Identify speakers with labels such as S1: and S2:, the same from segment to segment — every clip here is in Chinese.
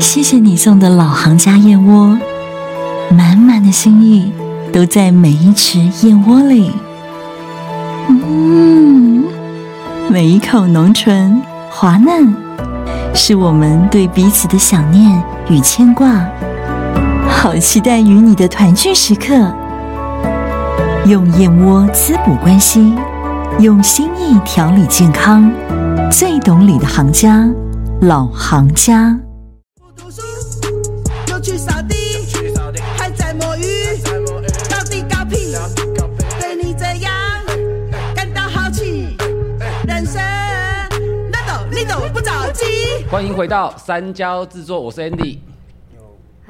S1: 谢谢你送的老行家燕窝，满满的心意都在每一匙燕窝里。嗯，每一口浓醇滑嫩，是我们对彼此的想念与牵挂。好期待与你的团聚时刻，用燕窝滋补关系，用心意调理健康，最懂你的行家，老行家。
S2: 不读书就去扫地，还在摸鱼，到底搞屁？哎对你这样感到好奇，人生那懂你懂不着急。
S3: 欢迎回到三焦制作，我是 Andy，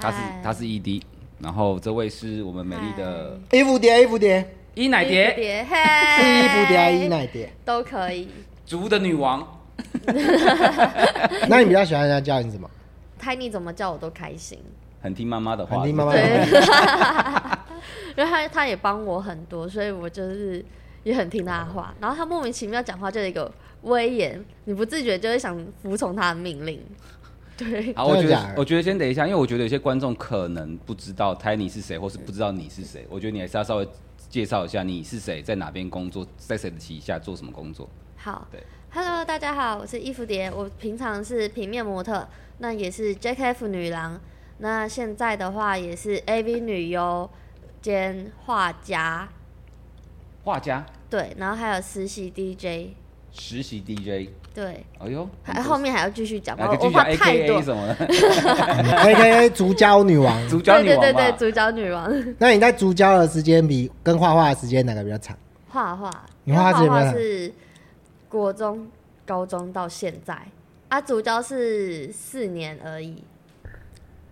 S3: 他是
S4: 嗨
S3: 他是 ED，然后这位是我们美丽的
S5: 衣服叠，衣服叠，
S3: 伊奶
S4: 叠
S3: 蝶，
S4: 叠，
S5: 是
S4: 嘿，
S5: 衣服叠还是衣奶叠？
S4: 都可以。
S3: 竹的女王。
S5: 那你比较喜欢人家叫你什么？
S4: 猜你怎么叫我都开心，
S3: 很听妈妈的话，
S5: 很听妈妈的
S4: 对，然后他他也帮我很多，所以我就是也很听他的
S3: 嗯
S4: 话。然后他莫名其妙讲话就有一个威严，你不自觉就会想服从他的命令。对，
S3: 好，我觉
S5: 真的假
S3: 得
S5: 的
S3: 我觉得先等一下，因为我觉得有些观众可能不知道 t 你是谁，或是不知道你是谁。我觉得你还是要稍微介绍一下你是谁，在哪边工作，在谁的旗下做什么工作。
S4: 好
S3: 对
S4: ，Hello，大家好，我是伊芙蝶，我平常是平面模特，那也是 JKF 女郎，那现在的话也是 AV 女优兼画家，
S3: 画家，
S4: 对，然后还有实习 DJ，
S3: 实习 DJ。
S4: 对，
S3: 哎呦，
S4: 还后面还要继续讲吗
S3: 来？
S4: 我
S3: 继续
S4: 怕
S3: 讲
S4: 太多
S3: AKA。什么的，
S5: A K A 足交女王。
S3: 主角
S4: 对
S3: 女
S4: 对
S3: 王
S4: 对
S3: 嘛
S4: 对，主角女王
S5: 那你在足交的时间比跟画画的时间哪个比较长？
S4: 画画，
S5: 你画画
S4: 画
S5: 是
S4: 画
S5: 怎么样
S4: 是国中、高中到现在啊，主教是四年而已。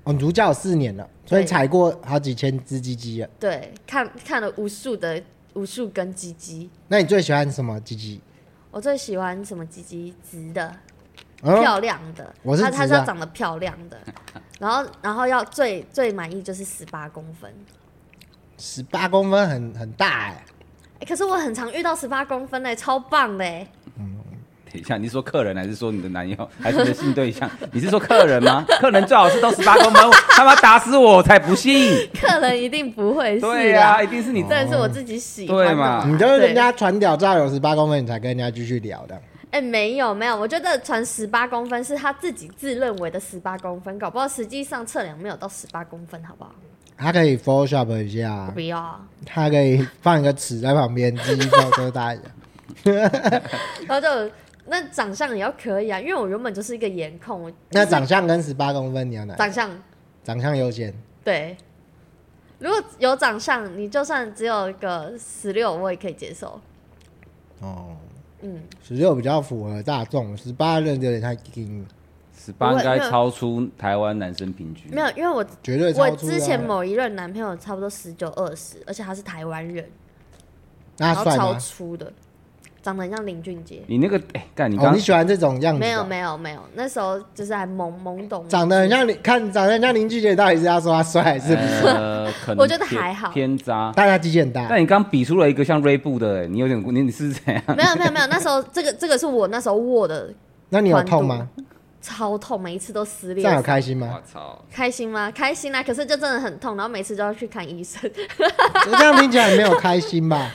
S5: 哦，你足交有四年了，所以
S4: 对
S5: 你踩过好几千只鸡鸡了。
S4: 对，看看了无数的无数根鸡鸡，
S5: 那你最喜欢什么鸡鸡？
S4: 我最喜欢什么鸡鸡？直的，
S5: 嗯，
S4: 漂亮的，
S5: 我是
S4: 它
S5: 直
S4: 它是要
S5: 的啊
S4: 长得漂亮的， 然后然后要最最满意就是十八公分。
S5: 十八公分很很大哎、
S4: 哎，可是我很常遇到十八公分嘞，超棒欸嘞！
S3: 等一下，你是说客人还是说你的男友还是你的性对象？ 你是说客人吗？客人最好是都十八公分，我他妈打死我我才不 信。
S4: 客人一定不会是
S3: 对
S4: 啦
S3: 啊，一定是你。
S4: 这是我自己喜欢
S3: 对
S4: 的
S3: 嘛
S5: 你就是人
S4: 嗯对
S5: 家传屌照有十八公分，你才跟人家继续聊的。
S4: 哎、没有没有，我觉得传十八公分是他自己自认为的十八公分，搞不好实际上测量没有到十八公分，好不好？
S5: 他可以 Photoshop 一
S4: 我
S5: 下
S4: 不，要、啊，
S5: 他可以放一个尺在旁边，鸡鸡放遮大一下。
S4: 然后就那长相也要可以啊，因为我原本就是一个颜控，我
S5: 那长相跟十八公分你要哪一个？
S4: 长相
S5: 长相优先。
S4: 对，如果有长相，你就算只有一个十六，我也可以接受。
S5: 哦，
S4: 嗯，
S5: 十六比较符合大众，十八的有点太硬，
S3: 十八
S4: 不
S3: 应
S4: 会
S3: 该
S4: 没有
S3: 超出台湾男生平均。
S4: 没有，因为我
S5: 绝对超
S4: 我
S5: 出
S4: 之前
S5: 啊
S4: 某一任男朋友差不多十九二十，而且他是台湾人，
S5: 那
S4: 然后
S5: 帅
S4: 超
S5: 吗？
S4: 粗的，长得很像林俊杰。
S3: 你那个哎，干、你
S5: 哦，
S3: 刚
S5: 你喜欢这种样子的？
S4: 没有没有没有，那时候就是还懵懵懂，
S5: 长得很像林，看长得很像林俊杰，到底是要说他帅还是不是？
S3: 呃，可能
S4: 我觉得
S3: 偏
S4: 还好
S3: 偏渣。
S5: 但他鸡鸡很大，
S3: 但你刚比出了一个像锐步的、哎你有点你你是怎样？
S4: 没有没有没有，那时候这个这个是我那时候握的
S5: 那你有痛吗？
S4: 超痛，每一次都撕
S5: 这
S4: 裂。
S5: 样有开心吗
S3: 我？操！
S4: 开心吗？开心啊！可是就真的很痛，然后每次都要去看医生，
S5: 这样听起来没有开心吧？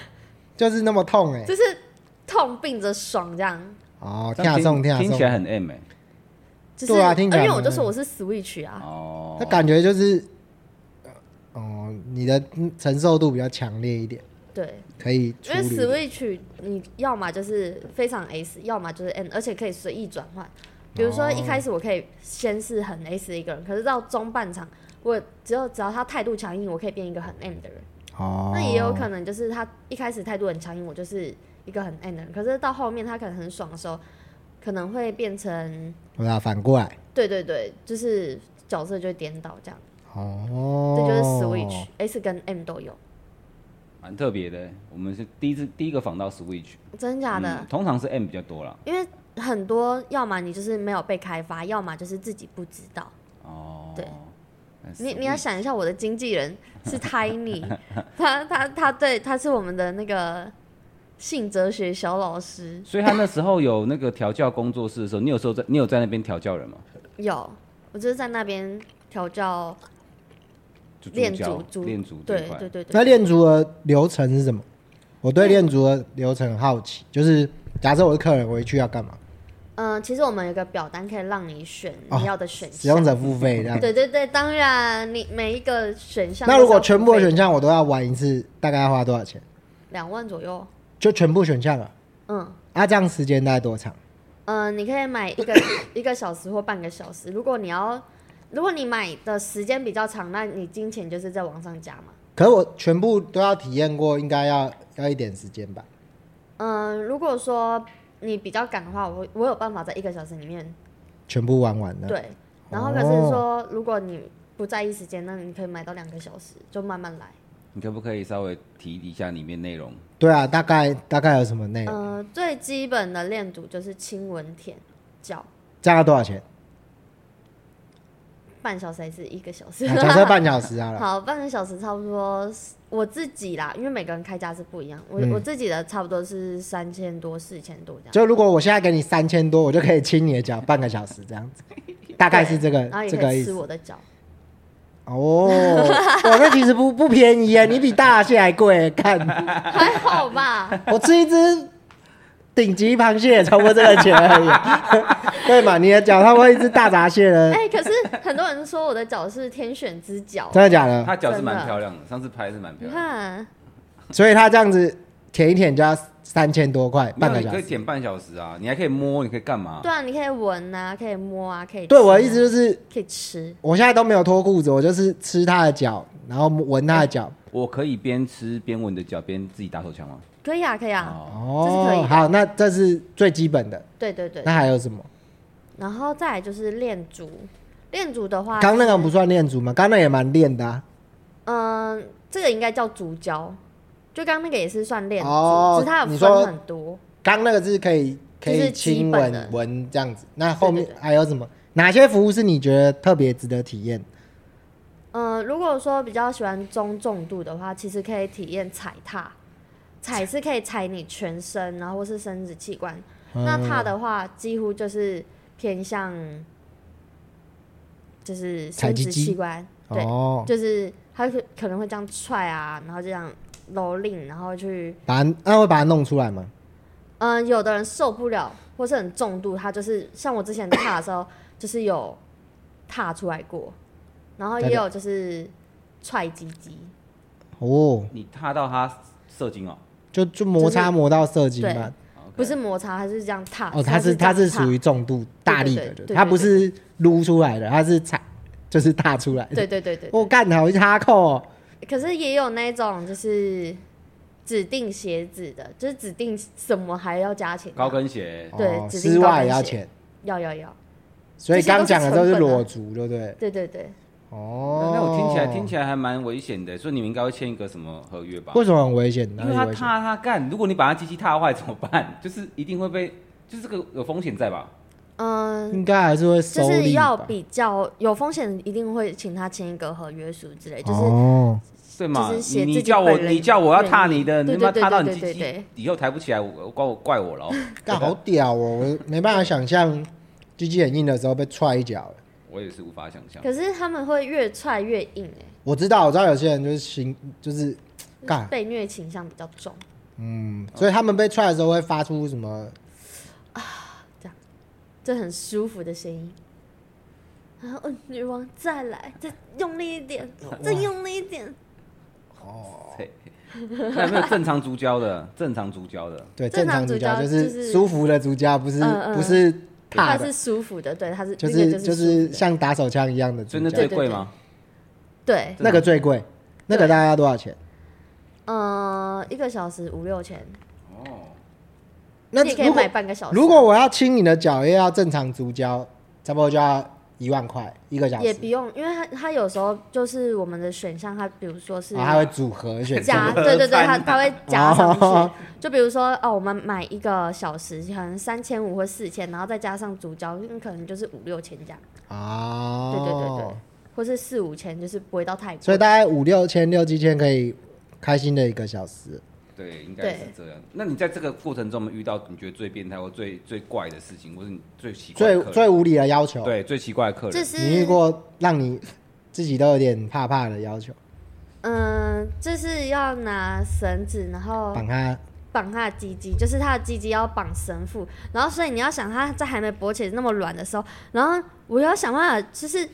S5: 就是那么痛哎、
S4: 就是痛并着爽这样。
S5: 哦，
S3: 这样
S5: 跳送
S3: 听
S5: 跳
S3: 听起来
S5: 送，
S3: 很 M 哎、
S4: 就是、
S5: 对啊听起来
S4: 因为我
S5: 很
S4: 就说我是 Switch 啊，
S3: 哦，
S5: 那感觉就是，呃哦，你的承受度比较强烈一点，
S4: 对，
S5: 可以处
S4: 因为
S5: 理一点。
S4: Switch 你要么就是非常 S，要么就是 N，而且可以随意转换。比如
S5: 哦
S4: 说一开始我可以先是很 S 的一个人，可是到中半场我只有只要他态度强硬，我可以变一个很 M 的人。
S5: 哦，
S4: 那也有可能就是他一开始态度很强硬，我就是一个很 N 的人，可是到后面他可能很爽的时候，可能会变成
S5: 对啊，反过来。
S4: 对对对，就是角色就会颠倒这样，
S5: 哦，
S4: 这就是 Switch、S 跟 M 都有，
S3: 蛮特别的、哎我们是第一次第一个访到 Switch，
S4: 真假的
S3: 嗯？通常是 M 比较多啦。
S4: 因为很多要么你就是没有被开发，要么就是自己不知道。
S3: 哦，
S4: 对
S3: 那
S4: 你
S3: Switch
S4: 你要想一下，我的经纪人是 Tiny，他 他他对他是我们的那个性哲学小老师，
S3: 所以他那时候有那个调教工作室的时候，你有时候在你有在那边调教人吗？
S4: 有我就是在那边调教
S3: 就助
S4: 练
S3: 教
S4: 足足
S3: 练足这
S4: 对
S3: 一块
S4: 对对对。
S5: 那练足的流程是什么？我对练足的流程很好奇，就是假设我是客人，我一去要干嘛？
S4: 嗯，其实我们有个表单可以让你选
S5: 哦
S4: 你要的选项。
S5: 使用者付费这样。啊
S4: 对对对，当然你每一个选项都
S5: 那
S4: 是要付费的。
S5: 如果全部的选项我都要玩一次，大概要花多少钱？
S4: 两万左右，
S5: 就全部选项啊？
S4: 嗯
S5: 啊，这样时间大概多长？
S4: 嗯、呃你可以买一 个一个小时或半个小时。如果你要，如果你买的时间比较长，那你金钱就是在往上加嘛。
S5: 可是我全部都要体验过，应该要要一点时间吧？
S4: 嗯、如果说你比较赶的话，我我有办法在一个小时里面
S5: 全部玩完了。，
S4: 对。然后可是
S5: 哦
S4: 说，如果你不在意时间，那你可以买到两个小时，就慢慢来。
S3: 你可不可以稍微提一下里面内容？
S5: 对啊，大概大概有什么内容？
S4: 呃，最基本的练组就是亲吻、舔、脚，
S5: 这样要多少钱？
S4: 半小时还是一个小时？
S5: 啊假设半小时好 了，
S4: 好，半个小时差不多是。我自己啦，因为每个人开价是不一样，我、我自己的差不多是三千多、四千多这样，
S5: 嗯就如果我现在给你三千多，我就可以亲你的脚半个小时这 样子，大概是这个
S4: 然后也
S5: 这
S4: 可
S5: 个
S4: 以
S5: 意
S4: 吃
S5: 思。
S4: 我的脚。
S5: 哦，哇，那其实不不便宜耶，你比大蟹还贵 耶。看，
S4: 还好吧？
S5: 我吃一只顶级螃蟹也超过这个钱 而已。对嘛，你的脚差不多一只大闸蟹了
S4: 哎、，可是很多人说我的脚是天选之脚，
S5: 真的假的？
S3: 她脚是
S4: 真
S3: 蛮
S4: 的
S3: 漂亮的，上次拍是蛮漂
S4: 你
S3: 亮的。
S4: 看，
S5: 所以他这样子舔一舔就要三千多块，
S3: 没
S5: 半
S3: 有，
S5: 个
S3: 你
S5: 小
S3: 可以
S5: 时。
S3: 舔半小时啊，你还可以摸，你可以干嘛？
S4: 对啊，你可以闻啊，可以摸啊，可以、
S5: 对，我的意思就是，
S4: 可以吃，
S5: 我现在都没有脱裤子，我就是吃他的脚，然后闻他的脚。
S3: 我可以边吃边闻你的脚边自己打手枪吗？
S4: 可以啊，可以啊，
S3: 哦，
S4: 这是可以
S5: 哦
S4: 的，
S5: 好，那这是最基本的。
S4: 对对对
S5: 那。还有什么？
S4: 然后再来就是练足，练足的话，
S5: 刚那个不算练足吗？刚那也蛮练的啊。
S4: 嗯、这个应该叫足交，就刚刚那个也是算练足，
S5: 哦
S4: 只是它有
S5: 你说
S4: 分很多。
S5: 刚那个是可以可
S4: 就
S5: 以
S4: 是基
S5: 亲
S4: 本
S5: 吻
S4: 的
S5: 闻这样子。那后面
S4: 对对对
S5: 还有什么？哪些服务是你觉得特别值得体验？
S4: 嗯、如果说比较喜欢中重度的话，其实可以体验踩踏，踩是可以踩你全身，然后或是生殖器官。
S5: 嗯
S4: 那踏的话，几乎就是偏向就是
S5: 踩
S4: 生
S5: 鸡
S4: 殖
S5: 鸡
S4: 器官，对，
S5: 哦，
S4: 就是它可可能会这样踹啊，然后这样蹂躏，然后去，
S5: 把它那会把它弄出来吗？
S4: 嗯、有的人受不了或是很重度，他就是像我之前踏的时候，就是有踏出来过，然后
S5: 大
S4: 也
S5: 家
S4: 有就是踹鸡鸡。
S5: 哦，
S3: 你踏到它射精哦，
S5: 就就摩擦
S4: 就是
S5: 磨到射精
S4: 对啊
S5: 吧。
S4: 不是摩擦，它是这样踏。
S5: 哦，它是它
S4: 这
S5: 是
S4: 样踏
S5: 属于重度大力的，
S4: 对对对
S5: 就
S4: 对
S5: 是
S4: 对
S5: 它不是撸出来的，它是踩 就是踏出来 的。
S4: 对对对对。
S5: 我干好一哈扣哦，
S4: 可是也有那种就是指定鞋子的，就是指定什么还要加钱的，
S3: 高跟鞋
S4: 对
S5: 哦
S4: 指定
S5: 丝
S4: 高
S5: 袜
S4: 跟
S5: 也要
S4: 鞋
S5: 钱，
S4: 要要要，
S5: 所以刚讲的都是
S4: 这些都是啊
S5: 裸足，对不对？
S4: 对对对，
S5: 哦，
S3: 那我听起来听起来还蛮危险的，所以你们应该会签一个什么合约吧？
S5: 为什么很危险？哪
S3: 因
S5: 里
S3: 为他
S5: 危险？
S3: 踏他干，如果你把他机器踏坏怎么办？ 就是一定会被，就是这个有风险在吧？
S4: 嗯，
S5: 应该还是会收
S4: 就是
S5: 力
S4: 要
S5: 吧？
S4: 比较有风险，一定会请他签一个合约书之类，就是。
S5: 哦，
S3: 对嘛？
S4: 就是
S3: 你
S4: 写
S3: 你
S4: 自己
S3: 叫我
S4: 本人
S3: 你叫我要踏你的，你
S4: 对
S3: 他妈
S4: 对对
S3: 踏到你
S4: 对
S3: 机
S4: 对对
S3: 器
S4: 对，
S3: 以后抬不起来，我怪我怪 我了。哦
S5: 干好屌哦，我没办法想象鸡鸡很硬的时候被踹一脚。
S3: 我也是无法想 象。
S4: 可是他们会越踹越硬、欸
S5: 我知道，我知道有些人就是行，就是
S4: 哎
S5: 干，，
S4: 被虐倾向比较重。
S5: 嗯，所以他们被踹的时候会发出什么？
S4: 这很舒服的声音。然后、哦、女王再来，再用力一点，再用力一点。
S3: 嘿那有没有正常足交的？正常足交的，
S5: 对，
S4: 正
S5: 正常
S4: 常
S5: 足
S4: 足
S5: 交
S4: 交
S5: 就
S4: 就是是
S5: 舒服的足交，不是
S4: 嗯嗯
S5: 不是
S4: 它
S5: 踏的
S4: 是，舒服的，对，它是
S5: 就
S4: 那个
S5: 是
S4: 就是
S5: 就
S4: 舒服
S5: 是
S4: 的
S5: 像打手枪一样的
S3: 所
S5: 足
S3: 以那
S5: 交
S3: 最，贵吗？
S4: 对，
S5: 那个最贵，那个大概要多少钱？
S4: 呃，一个小时五六千，
S3: 哦，
S5: 那
S4: 你也可以
S5: 如果
S4: 买半个小时啊。
S5: 如果我要亲你的脚，又要正常足交，差不多就要一万块一个小时
S4: 也，不用，因为它它有时候就是我们的选项，它比如说是
S5: 然后还哦会组合选择。
S4: 加，对对对，它它会加上
S5: 哦
S4: 去。就比如说哦，我们买一个小时可能三千五或四千，然后再加上足交，嗯可能就是五六千这样，
S5: 哦，
S4: 对对对对，或是四五千，就是不会到太贵。
S5: 所以大概五六千、六七千可以开心的一个小时。
S3: 对，应该是这样。那你在这个过程中，有没有遇到你觉得最变态或最最怪的事情，或是你最奇怪的
S5: 最
S3: 客人
S5: 最无理的要求，
S3: 对最奇怪的客
S4: 就
S3: 人？
S4: 是
S5: 你遇过让你自己都有点怕怕的要求，
S4: 嗯，就是要拿绳子，然后
S5: 绑他
S4: 绑他的鸡鸡，就是他的鸡鸡要绑绳缚，然后所以你要想他在还没勃起那么软的时候，然后我要想办法就是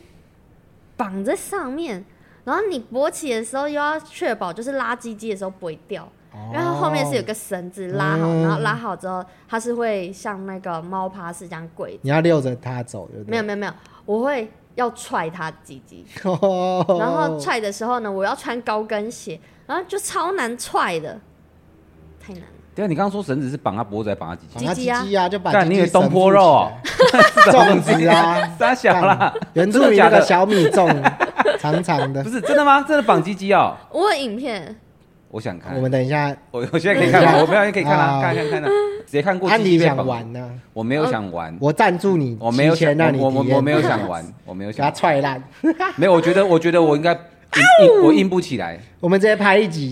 S4: 绑在上面，然后你勃起的时候又要确保就是拉鸡鸡的时候不会掉，因为它后面是有个绳子拉好，
S5: 哦嗯
S4: 然后拉好之后它是会像那个猫趴式这样跪，
S5: 你要溜着他走，对不
S4: 没
S5: 对
S4: 有没有没有，我会要踹他的鸡鸡，
S5: 哦
S4: 然后踹
S3: 哦
S4: 的时候呢，我要穿高跟鞋，然后就超难踹的，太难了。
S3: 对啊，你刚刚说绳子是绑他脖子，还是绑他几
S5: 绑
S3: 斤？
S5: 他
S4: 鸡
S5: 鸡
S4: 鸡啊
S5: 鸡啊，就把
S3: 干
S5: 鸡
S3: 你
S5: 鸡
S3: 也东
S5: 绳
S3: 坡
S5: 缚
S3: 肉
S5: 起
S3: 哦
S5: 来
S3: 种
S5: 粽子 啊
S3: 傻小啦，
S5: 原
S3: 真
S5: 住
S3: 的
S5: 民
S3: 假
S5: 那
S3: 的
S5: 个？小米粽，长长 的
S3: 不。是真的吗？真的绑鸡鸡哦？
S4: 我有影片，
S3: 我想看
S5: 我，们等一下，
S3: 我我现在可以 看吗？我没有，可以看啊，
S5: 啊
S3: 看看看啊，直接看过
S5: 安
S3: 鸡鸡
S5: 迪
S3: 被
S5: 想
S3: 绑。
S5: 玩呢，
S3: 我没有想玩，
S5: 我赞助你，
S3: 我没有
S5: 钱
S3: 想，
S5: 让你
S3: 我我我
S5: 体验
S3: 我没有想玩，我没有
S5: 给
S3: 想
S5: 他
S3: 玩，
S5: 踹哦烂。
S3: 没有，我觉得我觉得我应该硬硬我硬不起来，
S5: 我们直接拍 一集，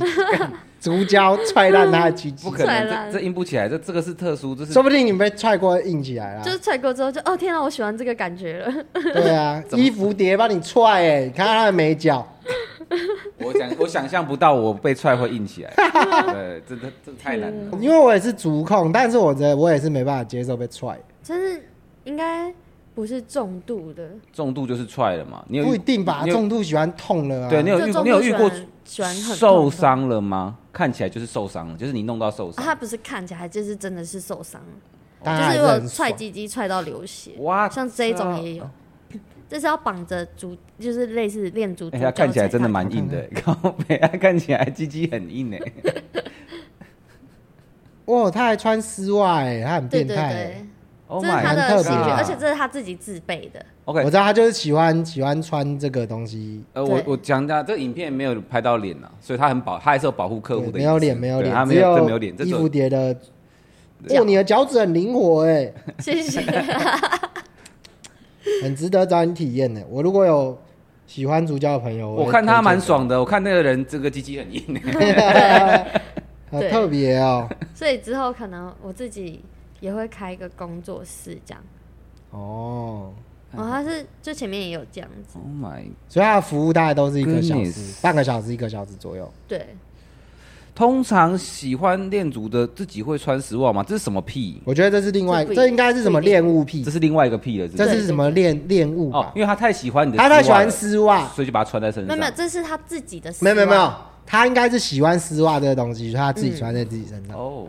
S5: 足胶踹烂他的鸡鸡
S3: 不，可
S4: 踹
S3: 能，
S4: 烂
S3: 这这硬不起来，这这个是特殊，这是
S5: 说不定你被踹过硬起
S3: 啊
S5: 来了
S4: 就。是踹过之后就哦天啊，我喜欢这个感觉了。
S5: 对啊，
S3: 怎么
S5: 衣服叠帮你踹，哎，你看他的美脚，
S3: 我想我想象不到我被踹会硬 起来，对，这这这太难了。
S5: 因为我也是足控，但是我这我也是没办法接受被踹，
S4: 就是应该不是重度的，
S3: 重度就是踹了嘛，你有遇
S5: 不一定吧？
S3: 你有
S5: 重度喜欢痛了啊。
S3: 对你有遇
S4: 就重
S3: 你有
S4: 度
S3: 遇
S4: 喜
S3: 过
S4: 欢喜欢很痛
S3: 受
S4: 的
S3: 伤了吗？看起来就是受伤了，就是你弄到受
S4: 啊
S3: 伤。啊
S4: 他不是看起来就是真的是受伤了，
S5: 当
S4: 就
S5: 然还
S4: 是
S5: 是
S4: 有
S5: 很
S4: 踹
S5: 爽。
S4: 鸡鸡踹到流血，
S3: 哇
S4: 像这一种也
S3: 哦
S4: 有。 这是要绑着足，就是类似练足足
S3: 哎、
S4: 球
S3: 他
S4: 才
S3: 看起来真的
S4: 看
S3: 蛮硬的、靠背，他看起来鸡鸡很硬 哎、
S5: 哇，他还穿丝袜，哎，他很
S4: 对
S5: 变
S4: 对
S5: 态。哎
S4: 对，
S3: Oh
S4: 这是他
S3: my
S4: 的
S3: god！
S4: 兴趣，而且这是他自己自备的。
S5: 我
S3: 啊 OK，
S5: 知道他就是喜欢喜欢穿这个东西，
S3: 呃，我
S4: 对
S3: 我讲一下，这影片没有拍到脸啊，所以他很保，他还是有保护客户
S5: 对
S3: 的隐私，
S5: 没有脸，没有
S3: 对
S5: 脸，
S3: 他没
S5: 只
S3: 有，真没有脸，这只
S5: 衣
S3: 有
S5: 服叠的。
S4: 脚
S5: 哇，你的脚趾很灵活哎，
S4: 谢谢。
S5: 很值得找你体验呢。我如果有喜欢足教的朋友，
S3: 我
S5: 会
S3: 看他蛮
S5: 推
S3: 爽的，我看那个人这个鸡鸡很硬、 欸，
S5: 荐的，好
S4: 对
S5: 特别哦。
S4: 所以之后可能我自己也会开一个工作室这样。
S5: 哦，
S4: 哦，他是就前面也有这样子，
S3: ，Oh my！
S5: 所以他的服务大概都是一个小时
S3: Goodness，
S5: 半个小时、一个小时左右。
S4: 对，
S3: 通常喜欢恋足的自己会穿丝袜吗？这是什么屁？
S5: 我觉得这是另外，
S4: 这不一
S5: 这应该是什么
S4: 不一定
S5: 恋物癖
S3: 这，是另外一个屁了，是不
S5: 这
S3: 是
S5: 是什么恋恋物
S3: 哦
S5: 吧，？
S3: 因为他太喜欢你的丝袜
S5: 他
S3: 了，
S5: 太喜欢丝袜，
S3: 所以就把它穿在身
S4: 没
S5: 嗯
S3: 上。
S4: 有没有，这是他自己的。
S5: 没有没有没有，，他应该是喜欢丝袜这个东西，所以他自
S4: 嗯
S5: 己穿在自己身上。
S3: 哦，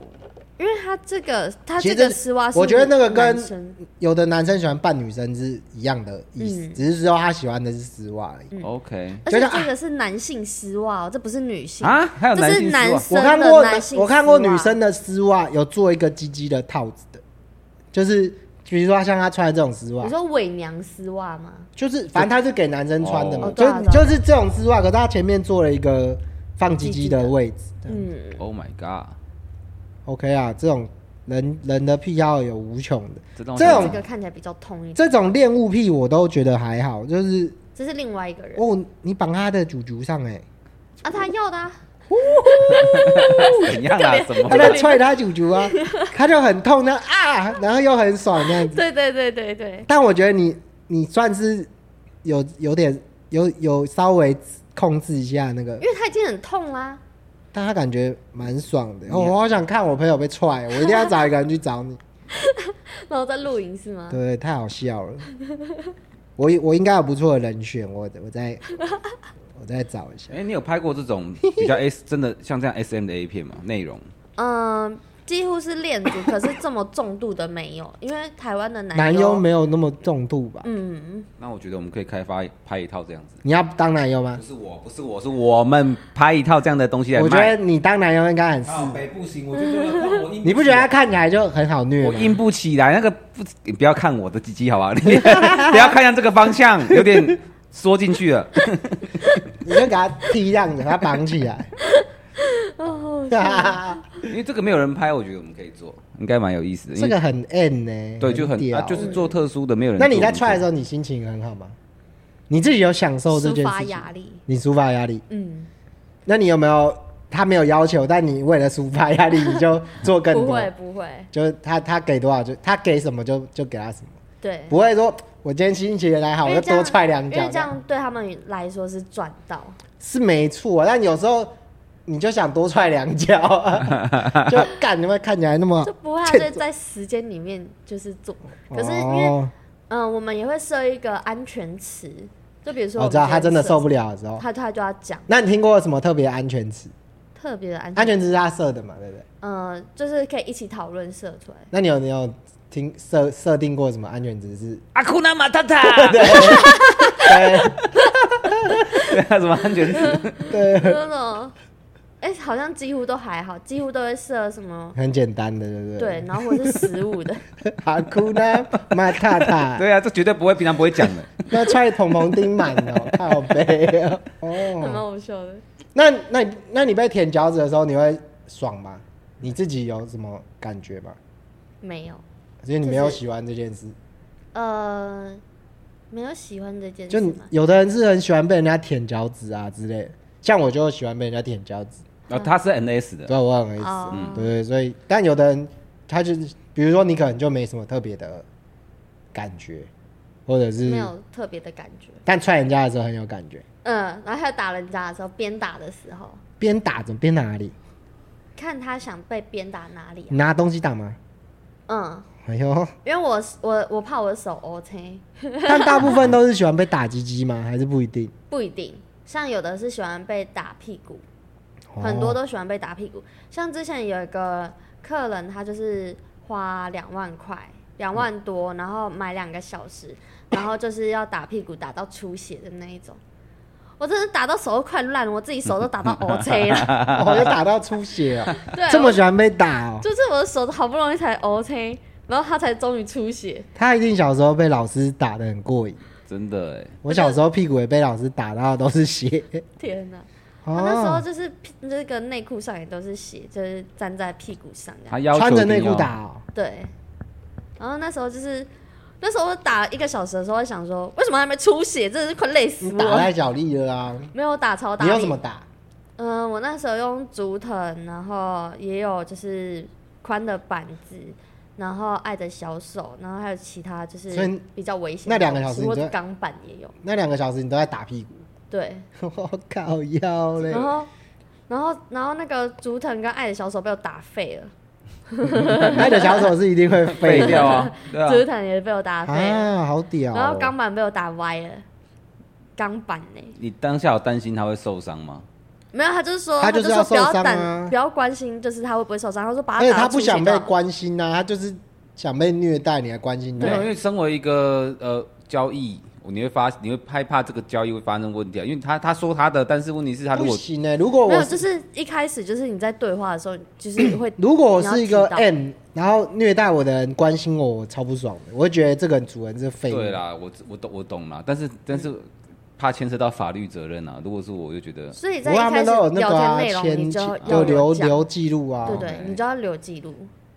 S4: 因为他这个他
S5: 其
S4: 这
S5: 实
S4: 个丝袜是
S5: 我觉得那个跟
S4: 男生
S5: 有的男生喜欢扮女生是一样的意思，
S4: 嗯
S5: 只是说他喜欢的是丝袜而已。
S3: OK
S4: 而且
S5: 觉得啊
S4: 这个是男性丝袜、哦，这不是女性
S3: 啊，还有男
S4: 这是
S3: 性丝
S4: 男
S3: 袜，
S4: 生
S5: 我看
S4: 的
S5: 过
S4: 男性丝袜
S5: 我看过女生的丝袜有做一个鸡鸡的套子的，就是比如说像他穿的这种丝袜
S4: 你，说伪娘丝袜吗？
S5: 就是反正他是给男生穿的嘛
S4: 哦，
S5: 就
S4: 哦对啊对啊
S5: 就是这种丝袜，可是他前面做了一个放鸡鸡的位置。
S4: 嗯，
S3: Oh my god！
S5: OK 啊，这种人人的癖好有无穷
S3: 这
S5: 的，
S3: 让我
S5: 这
S3: 想
S5: 种
S4: 这个看起来比较痛一点，
S5: 这种恋物癖我都觉得还好，就是
S4: 这是另外一个人
S5: 哦，你绑他的主足上哎、欸，
S4: 啊，他要的、啊，
S3: 怎样啊？什么
S5: 他？在踹他主 足啊，他就很痛的啊，然后又很爽那样子。
S4: 对对对对对，
S5: 但我觉得你你算是有有点有有稍微控制一下那个
S4: 因，为他已经很痛啦、
S5: 但他感觉蛮爽的、哦。我好想看我朋友被踹，我一定要找一个人去找 你。
S4: 然后在露营是吗？
S5: 对，太好笑了。我我应该有不错的人选，我我再我再找一 下。
S3: 哎、你有拍过这种比较 S 真的像这样 SM 的 A 片吗？内容
S4: 嗯，几乎是恋足，可是这么重度的没有，因为台湾的
S5: 男
S4: 优
S5: 优没有那么重度吧？
S4: 嗯，
S3: 那我觉得我们可以开发拍一套这样子，
S5: 你要当男优吗
S3: 不？是我，不是我，是我们拍一套这样的东西来卖。哦
S5: 我觉得你当男优应该很适合。
S3: 北不行，我觉得我硬
S5: 你不觉得他看起来就很好虐
S3: 我
S5: 吗？
S3: 硬不起来？那个不，你不要看我的鸡鸡好不好？你 不要看向这个方向，有点缩进去了。
S5: 你就给他踢让子，把他绑起 来。
S4: 哦
S3: 因为这个没有人拍，我觉得我们可以做，应该蛮有意思的。因
S5: 这
S3: 为
S5: 个很 N 呢、
S3: 对，就很
S5: 屌欸
S3: 啊，就是做特殊的，没有人
S5: 那
S3: 做。
S5: 你在踹的时
S3: 候，
S5: 候，你心情很好吗？你自己有享受这
S4: 抒
S5: 件
S4: 发
S5: 事情？
S4: 压力，
S5: 你抒发压力？
S4: 嗯，
S5: 那你有没有他没有要求，但你为了抒发压力，你就做更
S4: 不
S5: 多，
S4: 会不会，
S5: 就是他他给多少就他给什么就就给他什么，
S4: 对，
S5: 不会说我今天心情来好，我
S4: 因
S5: 就
S4: 为这
S5: 多
S4: 样
S5: 踹两
S4: 啊因
S5: 脚
S4: 为这样对他们来说是赚到，
S5: 是没错，啊但有时候你就想多踹两脚，啊 就干你们看起来那么
S4: 就不会啊
S5: 欠
S4: 就是在时间里面就是做，可是因为
S5: 哦，
S4: 嗯，我们也会设一个安全词，就比如说
S5: 哦我知道他真的受不
S4: 了，
S5: 了的时候，
S4: 他他就要讲
S5: 那你听过什么特别的安全词？
S4: 特别的安
S5: 安全词是他设的嘛，对不对？
S4: 嗯，就是可以一起讨论设出来。
S5: 那你有你有听设设定过什么安全值是？
S3: 阿库纳马塔塔，
S5: 对
S3: 什么安全 词？
S5: 对，
S4: 真的，哎、好像几乎都还好，几乎都会设什么
S5: 很简单的，对不对？
S4: 对，，然后或是食物的，
S5: 哈库呢，马塔塔，
S3: 对啊，这绝对不会平常不会讲 的。
S5: 那踹蓬蓬丁满哦，靠背哦。
S4: 还蛮
S5: 哦，
S4: 好笑的。
S5: 那那你那你被舔脚趾的时候，你会爽吗？你自己有什么感觉吗？
S4: 没有，
S5: 所以你没有
S4: 就是
S5: 喜欢这件事，
S4: 呃，没有喜欢这件
S5: 就
S4: 事
S5: 你
S4: 吗？
S5: 有的人是很喜欢被人家舔脚趾啊之类的，像我就喜欢被人家舔脚趾，
S3: 然哦后他是 NS 的，
S5: 对我很 S，、
S4: 哦
S5: 对对对，所以但有的人他就是，比如说你可能就没什么特别的感觉，或者是
S4: 没有特别的感觉。
S5: 但踹人家的时候很有感觉，
S4: 嗯，然后还有打人家的时候，鞭打的时候，
S5: 边打着边哪里
S4: 看他想被鞭打哪里、
S5: 你拿东西打吗？
S4: 嗯，
S5: 哎呦，
S4: 因为我我我怕我的手 OK，
S5: 但大部分都是喜欢被打鸡鸡吗？还是不一定？
S4: 不一定。像有的是喜欢被打屁股，
S5: 哦
S4: 很多都喜欢被打屁股。像之前有一个客人，他就是花两万块，两万多，然后买两个小时，然后就是要打屁股打到出血的那一种。我真的打到手都快烂了，我自己手都打到 OK 了。
S5: 哦，就打到出血哦，
S4: 对，
S5: 这么喜欢被打哦
S4: 我，就是我的手好不容易才 OK，然后他才终于出血。
S5: 他一定小时候被老师打的很过瘾。
S3: 真的哎，
S5: 我小时候屁股也被老师打到都是血。
S4: 天哪！他
S5: 哦
S4: 那时候就是屁那个内裤上也都是血，就是粘在屁股上这样
S3: 他要求
S5: 穿着
S3: 一定
S5: 内裤
S3: 要
S5: 打、哦，
S4: 对，然后那时候就是，那时候我打一个小时的时候，我想说为什么还没出血，真的是快累死
S5: 你打
S4: 我。
S5: 太小力了啊！
S4: 没有打超打
S5: 你
S4: 力
S5: 用什么？打？
S4: 嗯、我那时候用竹藤，然后也有就是宽的板子，然后爱的小手，然后还有其他就
S5: 所
S4: 是
S5: 以
S4: 比较危险
S5: 那
S4: 的
S5: 两个
S4: 东
S5: 小时
S4: 西
S5: 你
S4: 或
S5: 都
S4: 者
S5: 在
S4: 钢板也有。
S5: 那两个小时你都在打屁股，
S4: 对，
S5: 我靠腰嘞！
S4: 然后然后然后那个竹藤跟爱的小手被我打废了，
S5: 那个小手是一定会废
S3: 废掉啊，对
S4: 竹
S3: 啊，
S4: 藤也被我打废了，
S5: 啊，好屌哦！
S4: 然后钢板被我打歪了，钢板呢、
S3: 你当下有担心他会受伤吗？
S4: 没有，他就是说，他
S5: 他就是
S4: 说
S5: 要
S4: 不要
S5: 受伤
S4: 担，
S5: 啊
S4: 不要关心，就是他会不会受伤。他说把
S5: 而且
S4: 打
S5: 他
S4: 到
S5: 不
S4: 出血
S5: 想被
S4: 就好
S5: 关心呐、他就是想被虐待，你还关心他
S3: 没？有，因为身为一个呃交易，你会发你会害怕这个交易会发生问题啊，因为他他说他的，但是问题是他如
S5: 不
S3: 果
S5: 行呢、如果
S4: 没有，
S5: 我是
S4: 就是一开始就是你在对话的时候，就是 会
S5: 如果我是一个
S4: 你要知道
S5: M，然后虐待我的人关心我，我超不爽的，我会觉得这个人主人是废物。
S3: 对啦，我我懂我懂啦，但是但是怕牵涉到法律责任啊，如果是我我就觉得
S4: 所以
S5: 不
S4: 在
S5: 过
S4: 一
S5: 他
S4: 开
S5: 们
S4: 始
S5: 都有那
S4: 聊
S5: 个
S4: 天
S5: 啊
S4: 内容，
S5: 前
S4: 你就
S5: 期
S4: 要
S5: 有留
S4: 有讲
S5: 留记录啊，
S4: 对对，
S3: OK
S4: 你就要留记录，